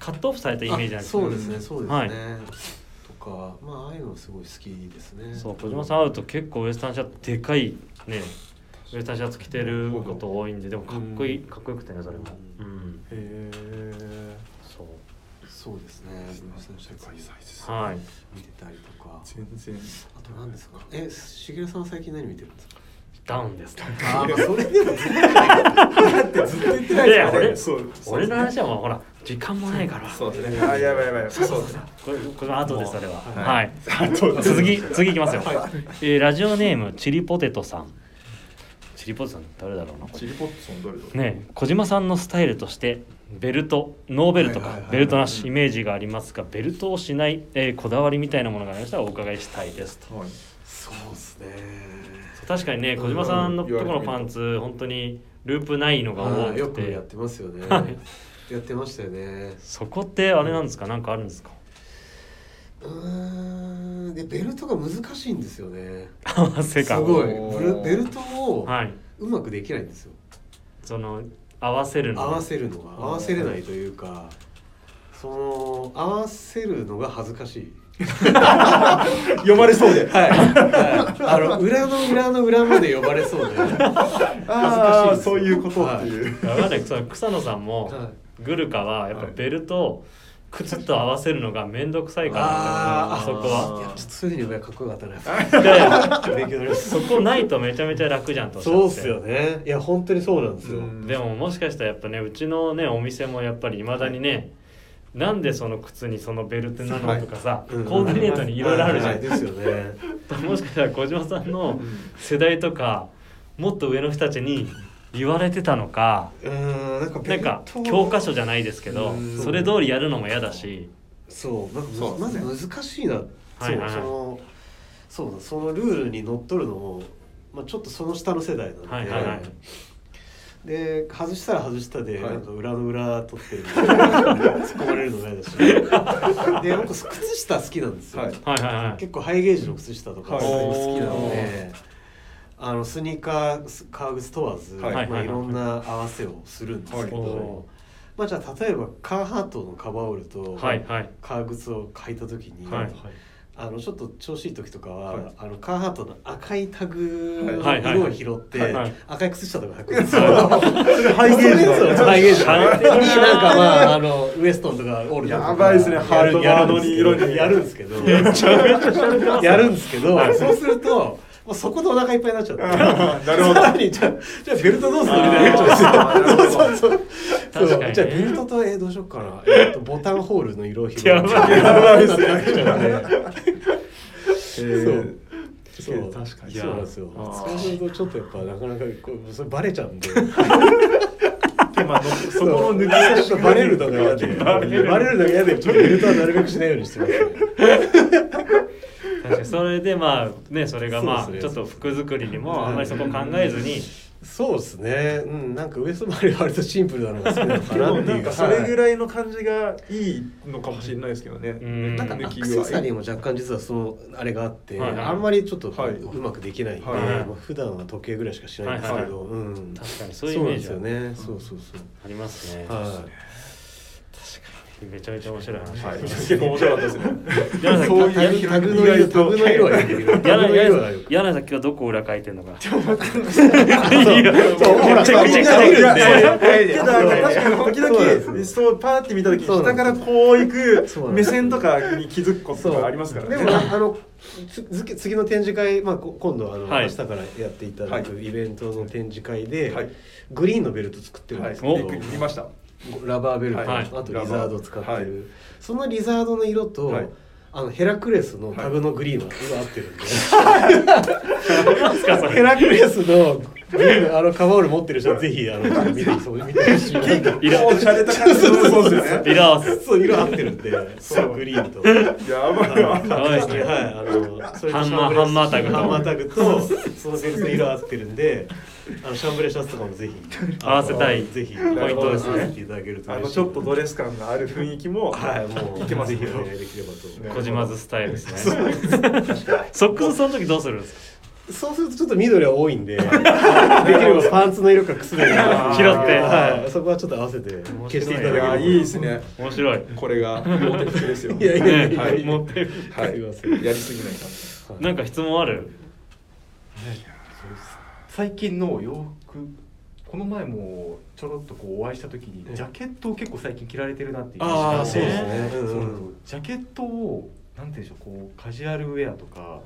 Speaker 1: カットオフされたイメージなん
Speaker 3: あ
Speaker 1: です
Speaker 3: そうです
Speaker 2: う
Speaker 3: ね
Speaker 2: ん
Speaker 3: そうですね、
Speaker 1: はい
Speaker 3: とかまあああいうのすごい好きですね
Speaker 1: そう小島さん会うと結構ウエスタンシャツでかいねウエスタンシャツ着てること多いんででもかっこいい、かっこよくてねそれもうん
Speaker 2: へえ。
Speaker 1: そう
Speaker 3: そうですねウエスタンシャツ
Speaker 2: です
Speaker 1: はい
Speaker 3: 見てたりとか
Speaker 2: 全然。
Speaker 3: あと何ですかえしげるさんは最近何見てるんですか
Speaker 1: ダウンです
Speaker 3: あーまあそれでも全然
Speaker 2: ずっと言って
Speaker 1: ないですよねいや俺
Speaker 2: そう。
Speaker 1: 俺の話はもうほら時間もないから
Speaker 2: そうですね。あ、やばいやばい。そうですね。
Speaker 1: これこれ後ですそれはは、
Speaker 2: はいあと
Speaker 1: 続き次いきますよ、えーラジオネームチリポテトさんチリポテトさん誰だろうなこ
Speaker 2: チリポッツンどれどれ。
Speaker 1: れねえ小島さんのスタイルとしてベルトノーベルと
Speaker 3: はい
Speaker 1: か
Speaker 3: はいはい
Speaker 1: ベルトなしイメージがありますがベルトをしない、えーこだわりみたいなものがありましたらお伺いしたいですと
Speaker 2: はい。
Speaker 3: そうですね
Speaker 1: そう確かにね小島さんのとこのパンツ本当にループないのが
Speaker 3: あ
Speaker 1: 多
Speaker 3: ーよ
Speaker 1: く
Speaker 3: くやっててますよね
Speaker 1: はい
Speaker 3: やってましたよね
Speaker 1: そこってあれなんですかなんかあるん ですか
Speaker 3: うーんでベルトが難しいんですよね
Speaker 1: 合わせ
Speaker 3: す
Speaker 1: 感
Speaker 3: ごい
Speaker 2: お
Speaker 3: ブ
Speaker 2: ー
Speaker 3: ルベルトを
Speaker 1: はいう
Speaker 3: まくできないんですよ
Speaker 1: その合わせるの
Speaker 3: 合わせるのが合わせれないというかその合わせるのが恥ず かしい
Speaker 2: 読まれそうで。
Speaker 3: はい、あの裏の裏の裏まで呼ばれそうで恥ずか
Speaker 2: あ
Speaker 3: しい
Speaker 2: あ、そういうことって
Speaker 3: う
Speaker 2: いう。
Speaker 1: わかんないその草野さんも、
Speaker 3: はい
Speaker 1: グルカはやっぱ
Speaker 2: はい
Speaker 1: ベルトを靴と合わせるのが面倒くさいから
Speaker 3: あ
Speaker 1: そ
Speaker 3: ー
Speaker 1: こ
Speaker 3: い
Speaker 1: は
Speaker 3: やちょっとそういうふうに言えばかっこよかった
Speaker 1: で
Speaker 3: な 勉強になります
Speaker 1: そこないとめちゃめちゃ楽じゃんとおっしゃ
Speaker 3: そう
Speaker 1: っ
Speaker 3: ってすよねいや本当にそうなんですよ、
Speaker 2: うん
Speaker 1: でももしかしたらやっぱねうちのねお店もやっぱりいまだにね、なんでその靴にそのベルトなのとかさ、
Speaker 3: うん
Speaker 1: コーディネートにいろいろあるじゃん、
Speaker 3: はいですよね
Speaker 1: もしかしたら小島さんの世代とかもっと上の人たちに言われてたのか
Speaker 3: うーんなんか
Speaker 1: な
Speaker 3: ベ
Speaker 1: ん
Speaker 3: ル
Speaker 1: か
Speaker 3: ト
Speaker 1: 教科書じゃないですけど
Speaker 2: うん
Speaker 1: それ通りやるのも嫌だし
Speaker 3: そうなんかむ
Speaker 2: そう
Speaker 3: ま
Speaker 2: ですね
Speaker 3: ず難しいな、
Speaker 1: はいはい
Speaker 3: そうそのそうだそのルールにのっとるのも、まあ、ちょっとその下の世代なんで、
Speaker 1: はいはいはい
Speaker 3: で外したら外したで、
Speaker 2: はい
Speaker 3: なんか裏の裏 取ってる突っ込まれるのも嫌だしで僕靴下好きなんですよ、
Speaker 2: はい
Speaker 1: はいはいはい
Speaker 3: 結構ハイゲージの靴下とか
Speaker 2: はい
Speaker 3: すごい好きなので、あのスニーカーす革靴問わず、
Speaker 2: はい
Speaker 3: ま
Speaker 1: は
Speaker 3: あ、
Speaker 1: い
Speaker 3: いろんな合わせをするんですけど、
Speaker 1: はい
Speaker 3: まあ、じゃあ例えばカーハートのカバーオールと
Speaker 1: はいはい
Speaker 3: 革靴を履いた時に、
Speaker 1: はい
Speaker 3: あのちょっと調子いい時とかは、
Speaker 2: はい
Speaker 3: あのカーハートの赤いタグ
Speaker 1: はい
Speaker 3: の
Speaker 1: はい
Speaker 3: 色を拾って、
Speaker 1: はいはい
Speaker 3: 赤い靴下とか履くんですよ。
Speaker 2: それハイゲージ
Speaker 3: そうそうハイゲージ
Speaker 1: 履いてるな
Speaker 3: になんかまああのウエストンとかオールドとか
Speaker 2: やばいですね
Speaker 3: やる
Speaker 2: ハートの
Speaker 3: やるんですけど
Speaker 2: あの色に
Speaker 3: やるんですけどや
Speaker 1: や
Speaker 3: る
Speaker 1: る
Speaker 3: んですけどそうするともうそこでお腹いっぱいになっちゃって
Speaker 2: あーなるほど
Speaker 3: さら にじゃあじゃあベルトどうするみたいになっち
Speaker 2: あ
Speaker 3: ゃ
Speaker 2: ーな
Speaker 3: う
Speaker 2: る
Speaker 3: ん
Speaker 2: ほ
Speaker 3: で
Speaker 2: ど
Speaker 3: すよそ
Speaker 1: 確
Speaker 3: うそうそう
Speaker 1: かにね
Speaker 3: じゃあベルトとえーどうしようかなえーとボタンホールの色を拾って
Speaker 1: やばい
Speaker 2: やばいっすね
Speaker 3: なっちゃうんで
Speaker 2: そう
Speaker 3: そう
Speaker 2: 確かに
Speaker 3: そうなんですよ
Speaker 1: いやー
Speaker 3: そうするとちょっとやっぱなかなかこうそれバレちゃうんで
Speaker 2: でまあのそこの抜き
Speaker 3: 差
Speaker 2: 差
Speaker 3: し
Speaker 2: し
Speaker 3: が
Speaker 2: が
Speaker 3: バレるのが嫌でバ
Speaker 1: バレ
Speaker 3: レ
Speaker 1: る
Speaker 3: るのが嫌でちょっとベルトはなるべくしないようにしてますね
Speaker 1: 確かにそれでまあねそれがま
Speaker 3: そ
Speaker 1: あ
Speaker 3: うですね
Speaker 1: ちょっと服作りにもあんまりそこ考えずに
Speaker 3: そうですねうんなんかウエスト周りは割とシンプルなのが好きなのか
Speaker 2: で
Speaker 3: な
Speaker 2: も
Speaker 3: って
Speaker 2: ないん
Speaker 3: う
Speaker 2: かそれぐ
Speaker 3: い
Speaker 2: らいの感じがいいのかもしれないですけどね、
Speaker 1: うん
Speaker 2: なんか
Speaker 3: ア
Speaker 2: 抜き
Speaker 3: ク
Speaker 2: 具合
Speaker 3: セサリーも若干実はそのあれがあって、
Speaker 1: はい
Speaker 3: あんまりちょっと
Speaker 2: はいう
Speaker 3: まくできないんで、
Speaker 2: はい
Speaker 3: まあ、普段は時計ぐらいしかしないんですけど、うん
Speaker 1: 確かにそういうイメージ
Speaker 3: そ
Speaker 1: は
Speaker 3: うなんですよねそうそうそう
Speaker 1: ありますね
Speaker 3: はい
Speaker 1: めちゃめちゃ面白い話
Speaker 2: はい、
Speaker 1: です
Speaker 2: 結構面白かったですね
Speaker 1: 柳
Speaker 3: タ
Speaker 1: さん
Speaker 2: そういう
Speaker 3: グタグの色
Speaker 2: 意外
Speaker 3: タ
Speaker 2: と
Speaker 3: グの色はよく見るタグの色はよく見る
Speaker 1: 柳さん今日どこ裏書いてんのかな
Speaker 3: そうほら
Speaker 1: チェック
Speaker 3: みん
Speaker 1: チェ
Speaker 3: な
Speaker 1: ッ
Speaker 3: 見
Speaker 1: ク
Speaker 3: るんで
Speaker 2: けどなんか確かに時々そうパーって見た時に下からこう行
Speaker 3: そう
Speaker 2: く
Speaker 3: なんで
Speaker 2: 目
Speaker 3: す
Speaker 2: 線とかに気づくこととかありますからね
Speaker 3: でもなあのつ次次の展示会、まあ、こ今度あの、
Speaker 1: はい
Speaker 3: 明日からやっていただくイベントの展示会で、
Speaker 2: はい
Speaker 3: グリーンのベルト作ってるん
Speaker 2: はい
Speaker 3: ですけど、
Speaker 1: お
Speaker 2: 見ました
Speaker 3: ラバーベルト、
Speaker 1: はい
Speaker 3: あとリザードを使ってる、
Speaker 2: はい
Speaker 3: そのリザードの色と、
Speaker 2: はい
Speaker 3: あのヘラクレスのタグのグリーンは色合ってるんで、ヘラクレスのグリーンのあのカバーオール持ってる人はぜひあの見てそう見てほしいなと
Speaker 1: いら
Speaker 2: おしゃれた感じのそうですよね
Speaker 1: リラ合わせ
Speaker 3: そう色合ってるんでそうグリーンと。
Speaker 2: やばいわ
Speaker 1: やばいですね
Speaker 3: はい、あの、それと
Speaker 1: ハンマー
Speaker 3: シャ
Speaker 1: ハンマータグ
Speaker 3: ハンマータグと、そのベルト色合ってるんで。あのシャンブレシャツとかもぜひ
Speaker 1: 合わせたい
Speaker 3: あのぜひ
Speaker 1: ポイントですね
Speaker 3: 合わせていただけると
Speaker 2: あ
Speaker 3: 嬉しい
Speaker 2: のちょっとドレス感がある雰囲気も、
Speaker 3: はい、もう
Speaker 2: いけます
Speaker 3: ぜ
Speaker 2: よ
Speaker 3: ひお願
Speaker 2: ね
Speaker 3: いできればと思いま
Speaker 1: 小島津スタイルですねソックスその時どうするんです
Speaker 3: す。そうするとちょっと緑は多いん で、できればパンツの色か靴の色か
Speaker 1: 拾って
Speaker 3: はい、そこはちょっと合わせて
Speaker 1: 白い
Speaker 3: 消して
Speaker 2: い
Speaker 3: いただけれ
Speaker 2: や
Speaker 3: ば。
Speaker 2: いいですね
Speaker 1: か面白い
Speaker 2: これがモテ服ですよ
Speaker 3: いやいやいやいや、
Speaker 1: ね持ってる
Speaker 2: は
Speaker 3: す
Speaker 2: い
Speaker 3: いません
Speaker 2: やりすぎない感じ
Speaker 1: なんか質問ある
Speaker 4: 最近の洋服この前もちょろっとこうお会いした時にジャケットを結構最近着られてるなっていう
Speaker 3: ああ、そ
Speaker 4: 印象
Speaker 3: う
Speaker 4: が
Speaker 3: で
Speaker 4: あ
Speaker 3: す
Speaker 4: って
Speaker 3: ね。うんうん
Speaker 4: ジャケットをなんていうんでしょうこうカジュアルウェアとか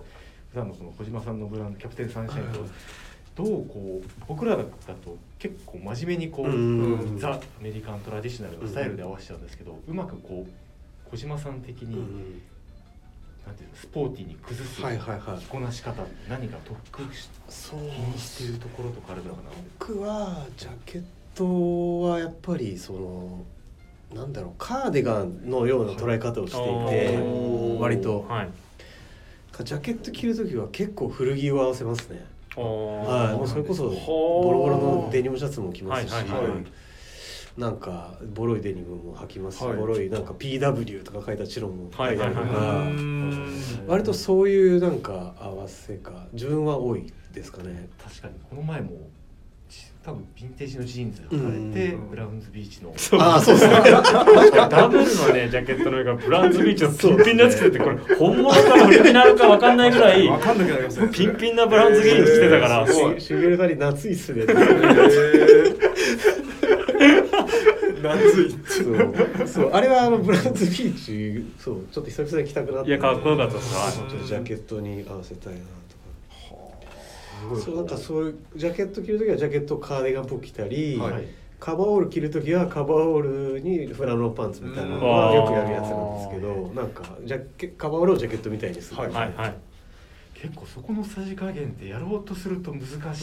Speaker 4: 普段のその小島さんのブランドキャプテンサンシャインとどうこう僕らだと結構真面目にこう、
Speaker 3: うん
Speaker 4: ザ・アメリカントラディショナルのスタイルで合わせちゃうんですけど、うまくこう小島さん的に、
Speaker 3: うん
Speaker 4: なんていうのスポーティーに崩す
Speaker 3: はいはいはい
Speaker 4: 着こなし方って何か特訓し
Speaker 3: そう
Speaker 4: 気にしているところとかあるのかな
Speaker 3: 僕はジャケットはやっぱりそのなんだろうカーディガンのような捉え方をしていて
Speaker 1: おー
Speaker 3: 割と
Speaker 1: はい
Speaker 3: ジャケット着る時は結構古着を合わせますねはい
Speaker 1: お
Speaker 3: もう
Speaker 1: ー
Speaker 3: それこそ
Speaker 1: ほー
Speaker 3: ボロボロのデニムシャツも着ますし
Speaker 1: はいはい
Speaker 2: はい
Speaker 3: なんかボロいデニムも履きますし、
Speaker 2: はい
Speaker 3: ボロいなんか PW とか書いたチロンも
Speaker 1: は
Speaker 3: 履
Speaker 1: い
Speaker 3: い
Speaker 1: は
Speaker 3: た
Speaker 1: い
Speaker 3: り
Speaker 1: は
Speaker 3: と
Speaker 1: い
Speaker 3: か
Speaker 1: は
Speaker 3: 割とそういうなんか合わせが自分は多いですか ね
Speaker 4: 確かにこの前もじ多分ヴィンテージのジーンズ履かれて、
Speaker 2: うん
Speaker 4: ブラウンズビーチの
Speaker 3: ああそう ですね
Speaker 1: ダブルのねジャケットの上がブランズビーチのピンピンのやつ着ててこれ本物かオリジナルかわかんないぐらい
Speaker 2: わかんなくなりますね
Speaker 1: ピンピンなブラウンズビーチ着てたから
Speaker 2: すごい
Speaker 3: しげるさんに夏いっすねって
Speaker 2: なんつい
Speaker 3: そうそうあれはあのブラウンズビーチそうちょっと久々に着たくなって
Speaker 1: いやかっこよかったですはい
Speaker 3: ちょっとジャケットに合わせたいなとかそうなんかそういうジャケット着る時はジャケットをカーディガンっぽく着たり、
Speaker 2: はい
Speaker 3: カバーオール着る時はカバーオールにフラノパンツみたいなの
Speaker 1: う
Speaker 3: は
Speaker 1: ん
Speaker 3: よくやるやつなんですけどなんかジャケカバーオールをジャケットみたいにする、
Speaker 2: はい
Speaker 1: はいはい
Speaker 4: 結構そこのさじ加減ってやろうとすると難し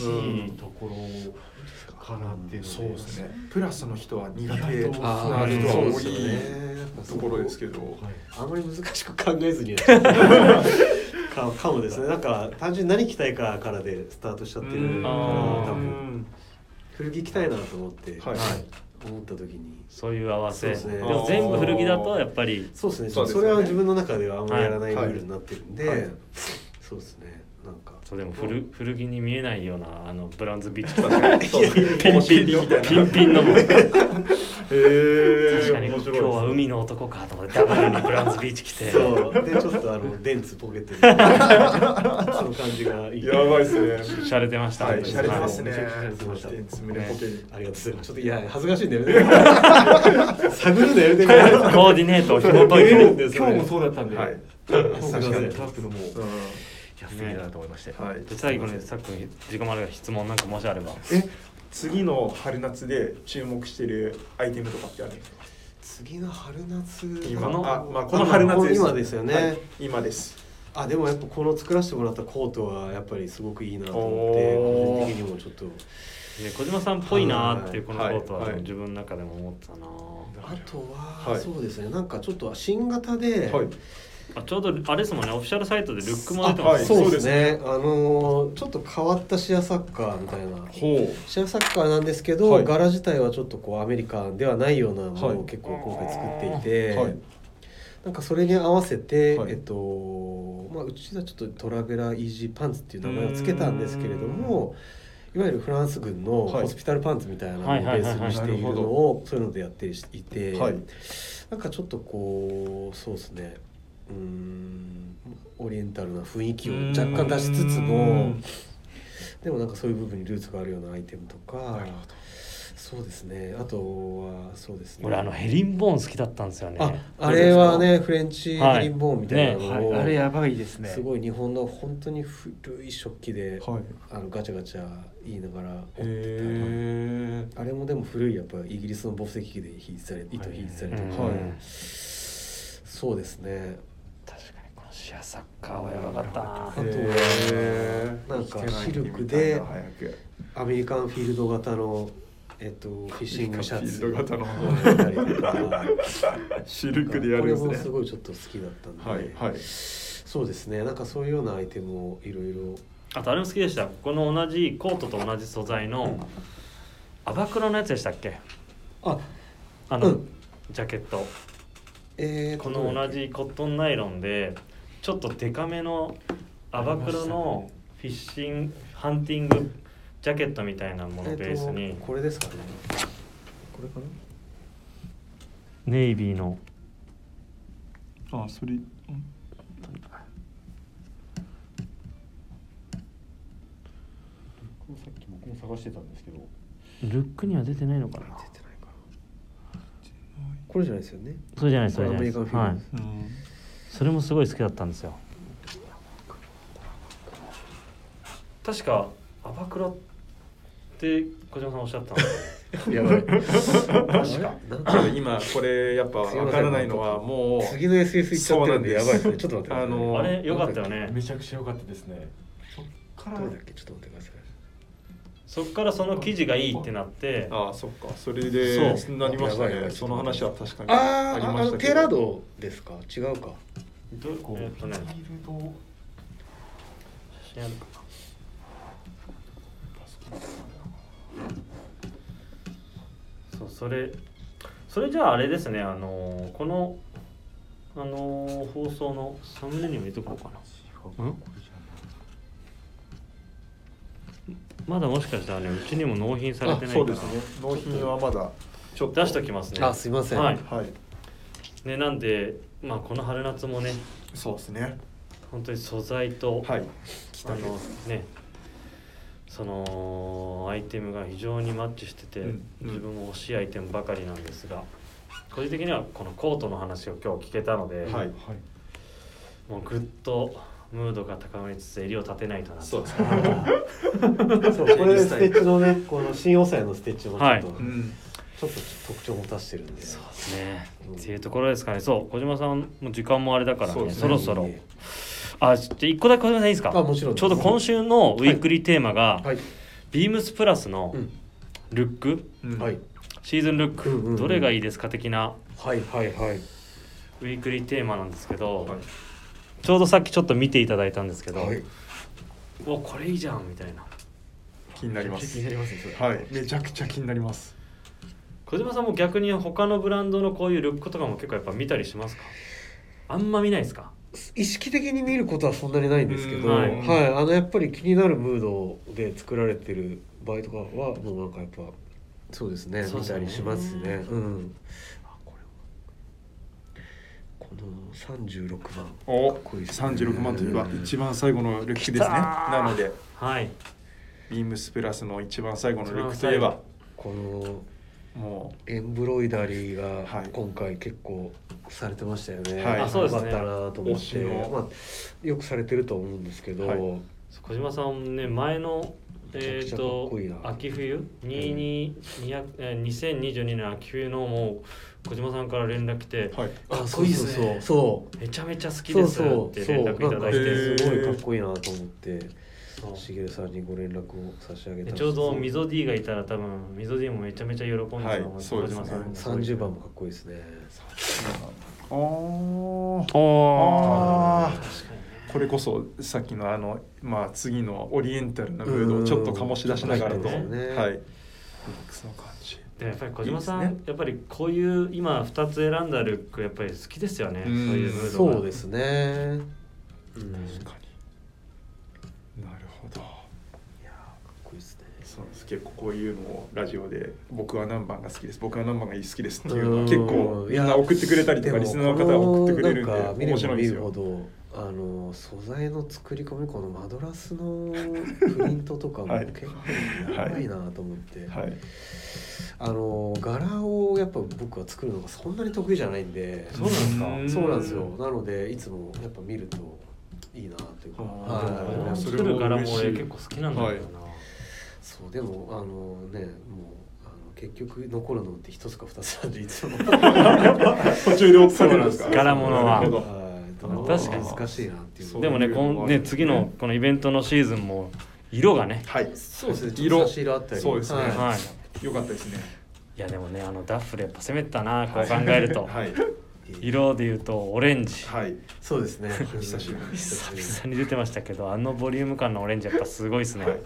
Speaker 4: いところかなっていうの
Speaker 2: そうですねプラスの人は苦手な
Speaker 4: 意
Speaker 2: 人
Speaker 4: 外と
Speaker 3: ああ
Speaker 2: は
Speaker 3: そう
Speaker 1: 人
Speaker 3: で
Speaker 2: 多
Speaker 3: すよ
Speaker 2: い
Speaker 3: ね
Speaker 2: ところですけど
Speaker 4: はい
Speaker 3: あんまり難しく考えずにや っちゃったかかもですねなんか単純に何着たいかからでスタートしちゃってるから
Speaker 1: あー
Speaker 3: 多分古着着たいなと思って、
Speaker 2: はい
Speaker 3: 思った時に
Speaker 1: そういう合わせ
Speaker 3: そうです
Speaker 1: で,、
Speaker 3: ね
Speaker 1: も全部古着だとやっぱり
Speaker 3: そうですね
Speaker 2: そうです
Speaker 3: そ
Speaker 2: よね
Speaker 3: れは自分の中ではあんまりやらないル
Speaker 2: はい
Speaker 3: ールになってるんで、
Speaker 2: はい
Speaker 3: そうですね、なんか
Speaker 1: そうでも古古着に見えないようなあのブランズビーチと か
Speaker 2: そう
Speaker 1: ピンピンのピンピンのも
Speaker 2: へえ
Speaker 1: 確かに今日は海の男かと思ってダブルにブランズビーチ来て
Speaker 3: そうでちょっとあの電通ポ ケットみたいなその感じがいい
Speaker 2: やばいっすね
Speaker 1: 洒落てました、
Speaker 2: はい
Speaker 3: 洒落てます
Speaker 2: ね
Speaker 4: めちゃくちゃ洒落てました
Speaker 3: ありがとうございますちょっといや恥ずかしいんだよね探るのやめてくれ
Speaker 1: コーディネートを紐
Speaker 4: 今
Speaker 1: 解い
Speaker 3: 見えるん
Speaker 1: て
Speaker 3: で
Speaker 4: 日今日もそうだったんで、
Speaker 2: はい
Speaker 4: 今日
Speaker 3: すいま
Speaker 4: も
Speaker 3: せん
Speaker 4: シャープアップのもういやすげえなと思いまして、
Speaker 2: はい
Speaker 1: で最後にさっき自己丸が質問なんかもしあれば
Speaker 2: え次の春夏で注目してるアイテムとかってあるんですか
Speaker 3: 次の春夏
Speaker 2: 今
Speaker 1: この
Speaker 2: あ、まあ、この春夏です
Speaker 3: 今ですよね、
Speaker 2: はい今です
Speaker 3: あでもやっぱこの作らせてもらったコートはやっぱりすごくいいなと思って
Speaker 2: おー
Speaker 3: 個人的にもちょっと
Speaker 1: で小島さんっぽいなーっていうこのコ
Speaker 2: はい
Speaker 1: ートは
Speaker 2: はい
Speaker 1: 自分の中でも思ったなー
Speaker 3: あとは、
Speaker 2: はい
Speaker 3: そうですねなんかちょっと新型で、
Speaker 2: はい
Speaker 1: あちょうどあれですもんねオフィシャルサイトでルックも出て
Speaker 3: あ
Speaker 1: ま
Speaker 2: はい
Speaker 1: す
Speaker 3: そうですねあのーちょっと変わったシェアサッカーみたいな
Speaker 2: ほ
Speaker 3: シェアサッカーなんですけど、
Speaker 2: はい
Speaker 3: 柄自体はちょっとこうアメリカンではないようなもの
Speaker 2: は
Speaker 3: を
Speaker 2: い
Speaker 3: 結構今回作っていて、
Speaker 2: はい
Speaker 3: なんかそれに合わせて、
Speaker 2: はい
Speaker 3: えっとまあ、うちはちょっとトラベラーイージーパンツっていう名前を付けたんですけれどもいわゆるフランス軍の
Speaker 2: はい
Speaker 3: ホスピタルパンツみたいなのを
Speaker 1: は
Speaker 3: ベ
Speaker 1: いはいはいは
Speaker 3: ー
Speaker 1: い
Speaker 3: スにしているの
Speaker 2: なる
Speaker 3: をそういうのでやっていて、
Speaker 2: うはい
Speaker 3: なんかちょっとこうそうですねうーんオリエンタルな雰囲気を若干出しつつもでもなんかそういう部分にルーツがあるようなアイテムとか
Speaker 2: なるほど
Speaker 3: そうですねあとはそうですね
Speaker 1: 俺あのヘリンボーン好きだったんですよね
Speaker 3: ああれはねフレンチヘリンボーンみたいな
Speaker 1: は
Speaker 3: のを、
Speaker 4: やばいです
Speaker 3: すごい日本の本当に古い食器で、
Speaker 2: はい
Speaker 3: あのガチャガチャ言いながら折ってたな
Speaker 2: へえ
Speaker 3: あれもでも古いやっぱイギリスの防石器で引いてたり糸引いてたりとか、
Speaker 1: はい
Speaker 3: そうですね
Speaker 1: 確かにこのシェアサッカーはやばかったな
Speaker 3: あとはなんかシルクでアメリカンフィールド型の、えっと、フィッシングシャツ
Speaker 2: フィールド型の
Speaker 3: やったり とか
Speaker 2: シルクでや
Speaker 3: こ
Speaker 2: る
Speaker 3: れ
Speaker 2: ん
Speaker 3: も
Speaker 2: ですすね
Speaker 3: ごいちょっと好きだったんで、
Speaker 2: はいはい
Speaker 3: そうですねなんかそういうようなアイテムをいろいろ
Speaker 1: あとあれも好きでしたこの同じコートと同じ素材のアバクロのやつでしたっけ
Speaker 3: あ
Speaker 1: あの、
Speaker 3: うん
Speaker 1: ジャケット
Speaker 3: えー、
Speaker 1: この同じコットンナイロンでちょっとデカめのアバクロのフィッシングハンティングジャケットみたいなものをベース
Speaker 3: え
Speaker 1: に
Speaker 3: っと、これですかね
Speaker 2: これか
Speaker 1: ネイビーの
Speaker 2: なあそれ
Speaker 4: さっき僕も探してたんですけど
Speaker 1: ルックには出てないのかな
Speaker 3: 出てないかなこれじゃないですよね
Speaker 1: そうじゃないですそれじゃないです
Speaker 3: これアメリカンフィールドです
Speaker 2: うん
Speaker 1: それもすごい好きだったんですよ確かアバクロって小島さんおっしゃったの
Speaker 3: やばい
Speaker 1: 確か
Speaker 2: ちょっと今これやっぱわからないのはもう
Speaker 3: 次の SS 行っちゃってるんでやばいですねちょっと待ってください
Speaker 2: あの
Speaker 1: あ れよかったよね
Speaker 4: めちゃくちゃ良かったですねそっから
Speaker 3: どれだっけちょっと待ってください
Speaker 1: そっからその記事がいいってなって
Speaker 2: ああそっかそれで
Speaker 1: そ
Speaker 2: なりました
Speaker 3: やばいやば
Speaker 2: ね
Speaker 3: い
Speaker 2: その話は確かに
Speaker 3: あ
Speaker 2: あ
Speaker 3: ー
Speaker 2: り
Speaker 3: あ
Speaker 2: ま
Speaker 3: あ
Speaker 2: し
Speaker 3: の
Speaker 2: た
Speaker 3: テラ
Speaker 2: けど
Speaker 3: ドですか違うか
Speaker 1: どう
Speaker 4: こう
Speaker 1: えっとね
Speaker 4: フィールド
Speaker 1: 写真あるかなそうそれそれじゃああれですねあのーこのあのー放送のサムネにも入れとこうかなうんまだもしかしたらねうちにも納品されて
Speaker 2: あ
Speaker 1: ない
Speaker 2: そ
Speaker 1: か
Speaker 2: う
Speaker 1: ら
Speaker 2: ですね納品はまだちょっと
Speaker 1: 出しときますね
Speaker 3: あすいません、
Speaker 1: はい
Speaker 2: はい
Speaker 1: ねなんでまあこの春夏もね
Speaker 2: そうですね
Speaker 1: 本当に素材と、
Speaker 2: はい
Speaker 1: あのねそのアイテムが非常にマッチしてて、
Speaker 2: うんうん
Speaker 1: 自分も欲しいアイテムばかりなんですが個人的にはこのコートの話を今日聞けたので、
Speaker 2: はい
Speaker 4: はい
Speaker 1: もうぐっとムードが高まりつつ襟を立てないとなと
Speaker 2: そうですね
Speaker 3: あーそうこれステッチのねこの新おさのステッチもちょっと、
Speaker 1: は
Speaker 2: うん
Speaker 3: ちょっと特徴を持たしてるんで
Speaker 1: そうですね、
Speaker 3: うん
Speaker 1: っていうところですかねそう小島さんも時間もあれだから
Speaker 2: そ
Speaker 1: ね
Speaker 2: う
Speaker 1: そ
Speaker 2: ですね
Speaker 1: ろそろあちょっと一個だけ小島さんいいですか
Speaker 3: あもちろんです
Speaker 1: ちょうど今週のウィークリーテーマが、
Speaker 3: はい、
Speaker 1: ビームスプラスの
Speaker 3: うん
Speaker 1: ルック、
Speaker 2: うん
Speaker 3: はい、
Speaker 1: シーズンルック、
Speaker 3: うんうんうん
Speaker 1: どれがいいですか的な
Speaker 3: はいはいはい
Speaker 1: ウィークリーテーマなんですけど、
Speaker 2: はい
Speaker 1: ちょうどさっきちょっと見ていただいたんですけど、
Speaker 3: はい
Speaker 1: おこれいいじゃんみたいな
Speaker 2: 気になります
Speaker 4: なりますねそれ
Speaker 2: はいめちゃくちゃ気になります
Speaker 1: 小島さんも逆に他のブランドのこういうルックとかも結構やっぱ見たりしますかあんま見ないですか
Speaker 3: 意識的に見ることはそんなにないんですけど、
Speaker 1: うん
Speaker 3: は
Speaker 1: はいい
Speaker 3: あのやっぱり気になるムードで作られてる場合とかはもうなんかやっぱそうですね
Speaker 1: そう
Speaker 3: 見
Speaker 1: です
Speaker 3: た
Speaker 1: ね
Speaker 3: りしますね。うん、あこれこの36番
Speaker 2: お
Speaker 3: かっこいいですね
Speaker 2: 36万といえば一番最後のレックです
Speaker 1: き
Speaker 2: ね
Speaker 1: たー
Speaker 2: なので
Speaker 1: はい
Speaker 2: ビームスプラスの一番最後のレックといえば
Speaker 3: この
Speaker 2: も
Speaker 3: エンブロイダリー
Speaker 2: は
Speaker 3: が
Speaker 2: い
Speaker 3: 今回結構されてましたよね。
Speaker 2: はいあ
Speaker 1: そうですね
Speaker 3: よかったなと思っ、
Speaker 2: 推しての
Speaker 3: まあ、よくされてると思うんですけど、
Speaker 2: はい
Speaker 1: 小島さんね前の
Speaker 3: めちゃ
Speaker 1: え
Speaker 3: く
Speaker 1: ー、
Speaker 3: ちゃかっ
Speaker 1: と
Speaker 3: こいいな
Speaker 1: 秋冬22 200えー2022年秋冬のもう小島さんから連絡来て
Speaker 2: うはい
Speaker 1: かっこいいですね
Speaker 3: そう
Speaker 1: めちゃめちゃ好き
Speaker 3: そ
Speaker 1: で
Speaker 3: う
Speaker 1: す
Speaker 3: そ
Speaker 1: っ
Speaker 3: うそう
Speaker 1: て
Speaker 3: そう
Speaker 1: 連
Speaker 3: なん
Speaker 1: 絡いただ
Speaker 3: か
Speaker 1: い
Speaker 2: へー
Speaker 1: て
Speaker 3: すごいかっこいいなと思って
Speaker 1: そう
Speaker 3: しげるさんにご連絡を差し上げ
Speaker 1: で
Speaker 3: たんです
Speaker 1: ちょうど溝 D がいたら多分溝 D もめちゃめちゃ喜んでたと思い
Speaker 2: は
Speaker 1: ま
Speaker 2: い
Speaker 1: す
Speaker 2: そう
Speaker 1: 小
Speaker 2: ですね
Speaker 1: 島さんも
Speaker 3: 30番もかっこいいですね
Speaker 2: あー
Speaker 1: あ
Speaker 2: あ
Speaker 1: ー
Speaker 2: ー
Speaker 1: 確かにね
Speaker 2: これこそさっきのあのまあ次のオリエンタルなムードをちょっと醸し出しながら
Speaker 1: うん
Speaker 2: と、
Speaker 1: そう
Speaker 3: ですね
Speaker 2: はいミックスの感じ
Speaker 1: でやっぱり小島さん
Speaker 2: いいですね
Speaker 1: やっぱりこういう今2つ選んだルックやっぱり好きですよねそう
Speaker 2: うん
Speaker 1: いうムードが
Speaker 3: そうですねうん
Speaker 2: 確
Speaker 3: か
Speaker 2: かになるほど
Speaker 3: っこいいですね
Speaker 2: そうです結構こういうのをラジオで「僕は何番が好きです僕は何番が好きです」っていうの
Speaker 3: う
Speaker 2: は
Speaker 3: ん
Speaker 2: 結構
Speaker 3: い
Speaker 2: み
Speaker 3: や
Speaker 2: んな送ってくれたりとか
Speaker 3: でも
Speaker 2: リスナーの方が送ってくれるんで
Speaker 3: このなんか見れ
Speaker 2: 面白
Speaker 3: ば
Speaker 2: いん
Speaker 3: 見
Speaker 2: です
Speaker 3: るほ
Speaker 2: よ。
Speaker 3: どあの素材の作り込みこのマドラスのプリントとかも
Speaker 2: はい
Speaker 3: 結構やばいなと思って、
Speaker 2: はい、
Speaker 3: あの柄をやっぱ僕は作るのがそんなに得意じゃないんで
Speaker 1: そうなんですか
Speaker 2: うん
Speaker 3: そうなんですよ。なのでいつもやっぱ見るといいなという
Speaker 2: あ
Speaker 3: か。
Speaker 2: ー
Speaker 1: あ
Speaker 3: はい
Speaker 1: の
Speaker 2: そ
Speaker 1: 作
Speaker 2: れ
Speaker 1: る
Speaker 2: も
Speaker 1: 柄
Speaker 2: 嬉しい
Speaker 1: も俺結構好きなんだけどな、
Speaker 3: そうでもあのねもうあの結局残るのって一つか二つなんでいつも。
Speaker 2: 途中で落とされるんですか
Speaker 1: そうなんです柄物は
Speaker 2: なるほど
Speaker 3: はい
Speaker 1: あ
Speaker 3: ど
Speaker 1: 確かに
Speaker 3: 難しいなっていうの
Speaker 2: そう
Speaker 1: でもね
Speaker 2: いう
Speaker 1: こ
Speaker 2: のも
Speaker 1: ん
Speaker 2: あ
Speaker 1: ね
Speaker 2: る
Speaker 1: 次のこのイベントのシーズンも色がね
Speaker 2: はい
Speaker 3: そうですね。
Speaker 2: 色
Speaker 3: 色差し入れあったり。
Speaker 2: そうですね
Speaker 3: はい
Speaker 1: はい
Speaker 2: よかったですね
Speaker 1: いやでもねあのダッフルやっぱ攻めてたなこう考えると、
Speaker 2: はい
Speaker 1: 色で言うとオレンジ、
Speaker 2: はい
Speaker 3: そうですね。
Speaker 2: 久しぶり
Speaker 3: 久しぶり
Speaker 1: 久々に出てましたけどあのボリューム感のオレンジやっぱすごいですね、
Speaker 2: はい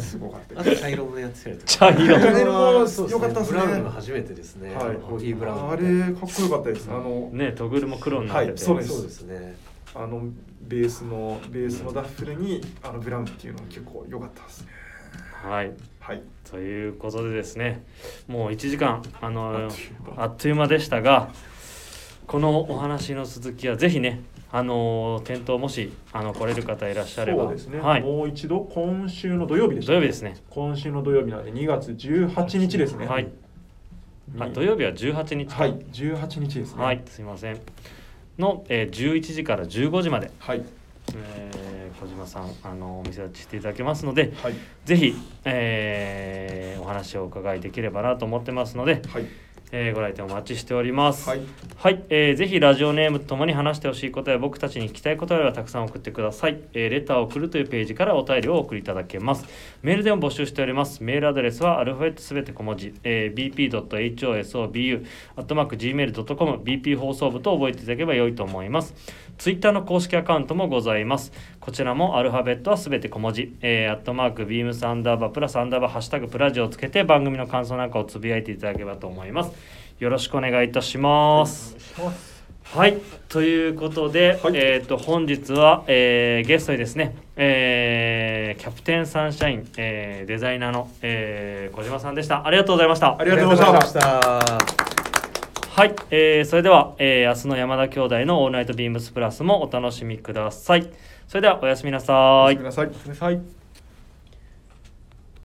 Speaker 2: すごかった
Speaker 3: あ
Speaker 2: で
Speaker 3: と
Speaker 2: す
Speaker 3: 茶色もやってたりとか。
Speaker 1: 茶色
Speaker 2: 茶色も
Speaker 3: そう
Speaker 2: 良かったですね
Speaker 3: ブラウンが初めてですね。
Speaker 2: はい
Speaker 3: コーヒーブラウン。
Speaker 2: あれかっこよかったですあの
Speaker 1: ねトグルも黒になってて、
Speaker 2: はいそうです
Speaker 3: そうですね。
Speaker 2: あのベースのベースのダッフルにあのブラウンっていうのは結構良かったですね
Speaker 1: はい
Speaker 2: はい
Speaker 1: ということでですねもう1時間あの
Speaker 2: あっという間
Speaker 1: あっという間でしたがこのお話の続きはぜひねあの店頭もしあの来れる方いらっしゃれば
Speaker 2: そうですね、
Speaker 1: はい、
Speaker 2: もう一度今週の土曜日でした
Speaker 1: 土曜日ですね
Speaker 2: 今週の土曜日なんで2月18日ですね
Speaker 1: はいあ
Speaker 2: に
Speaker 1: 土曜日は18日か
Speaker 2: はい18日ですね
Speaker 1: はい、すいませんの、えー、11時から15時まで、
Speaker 2: はい
Speaker 1: えー小島さんあのお店立ちしていただけますので
Speaker 2: はい
Speaker 1: ぜひ、えーお話をお伺いできればなと思ってますので、
Speaker 2: はい
Speaker 1: えーご来店お待ちしております
Speaker 2: はい、
Speaker 1: はいえーぜひラジオネームとともに話してほしいことや僕たちに聞きたいことあればたくさん送ってください、えーレターを送るというページからお便りをお送りいただけますメールでも募集しておりますメールアドレスはアルファベットすべて小文字、えー bp.hosobu アットマーク gmail.com bp 放送部と覚えていただければ良いと思いますツイッターの公式アカウントもございますこちらもアルファベットはすべて小文字、えー、アットマークビームスアンダーバープラスアンダーバーハッシュタグプラジオをつけて番組の感想なんかをつぶやいていただければと思いますよろしくお願いいたします、はい、ということで、
Speaker 2: はい
Speaker 1: えっ、と本日は、えーゲストにですね、えーキャプテンサンシャイン、えーデザイナーの、えー小島さんでした。ありがとうございました。
Speaker 2: ありがとうございました
Speaker 3: ありがとうございました。
Speaker 1: はい、えーそれでは、えー明日の山田兄弟のオールナイトビームスプラスもお楽しみください。それではおやすみなさ
Speaker 2: お
Speaker 1: い
Speaker 2: やすみ。なさい
Speaker 4: ください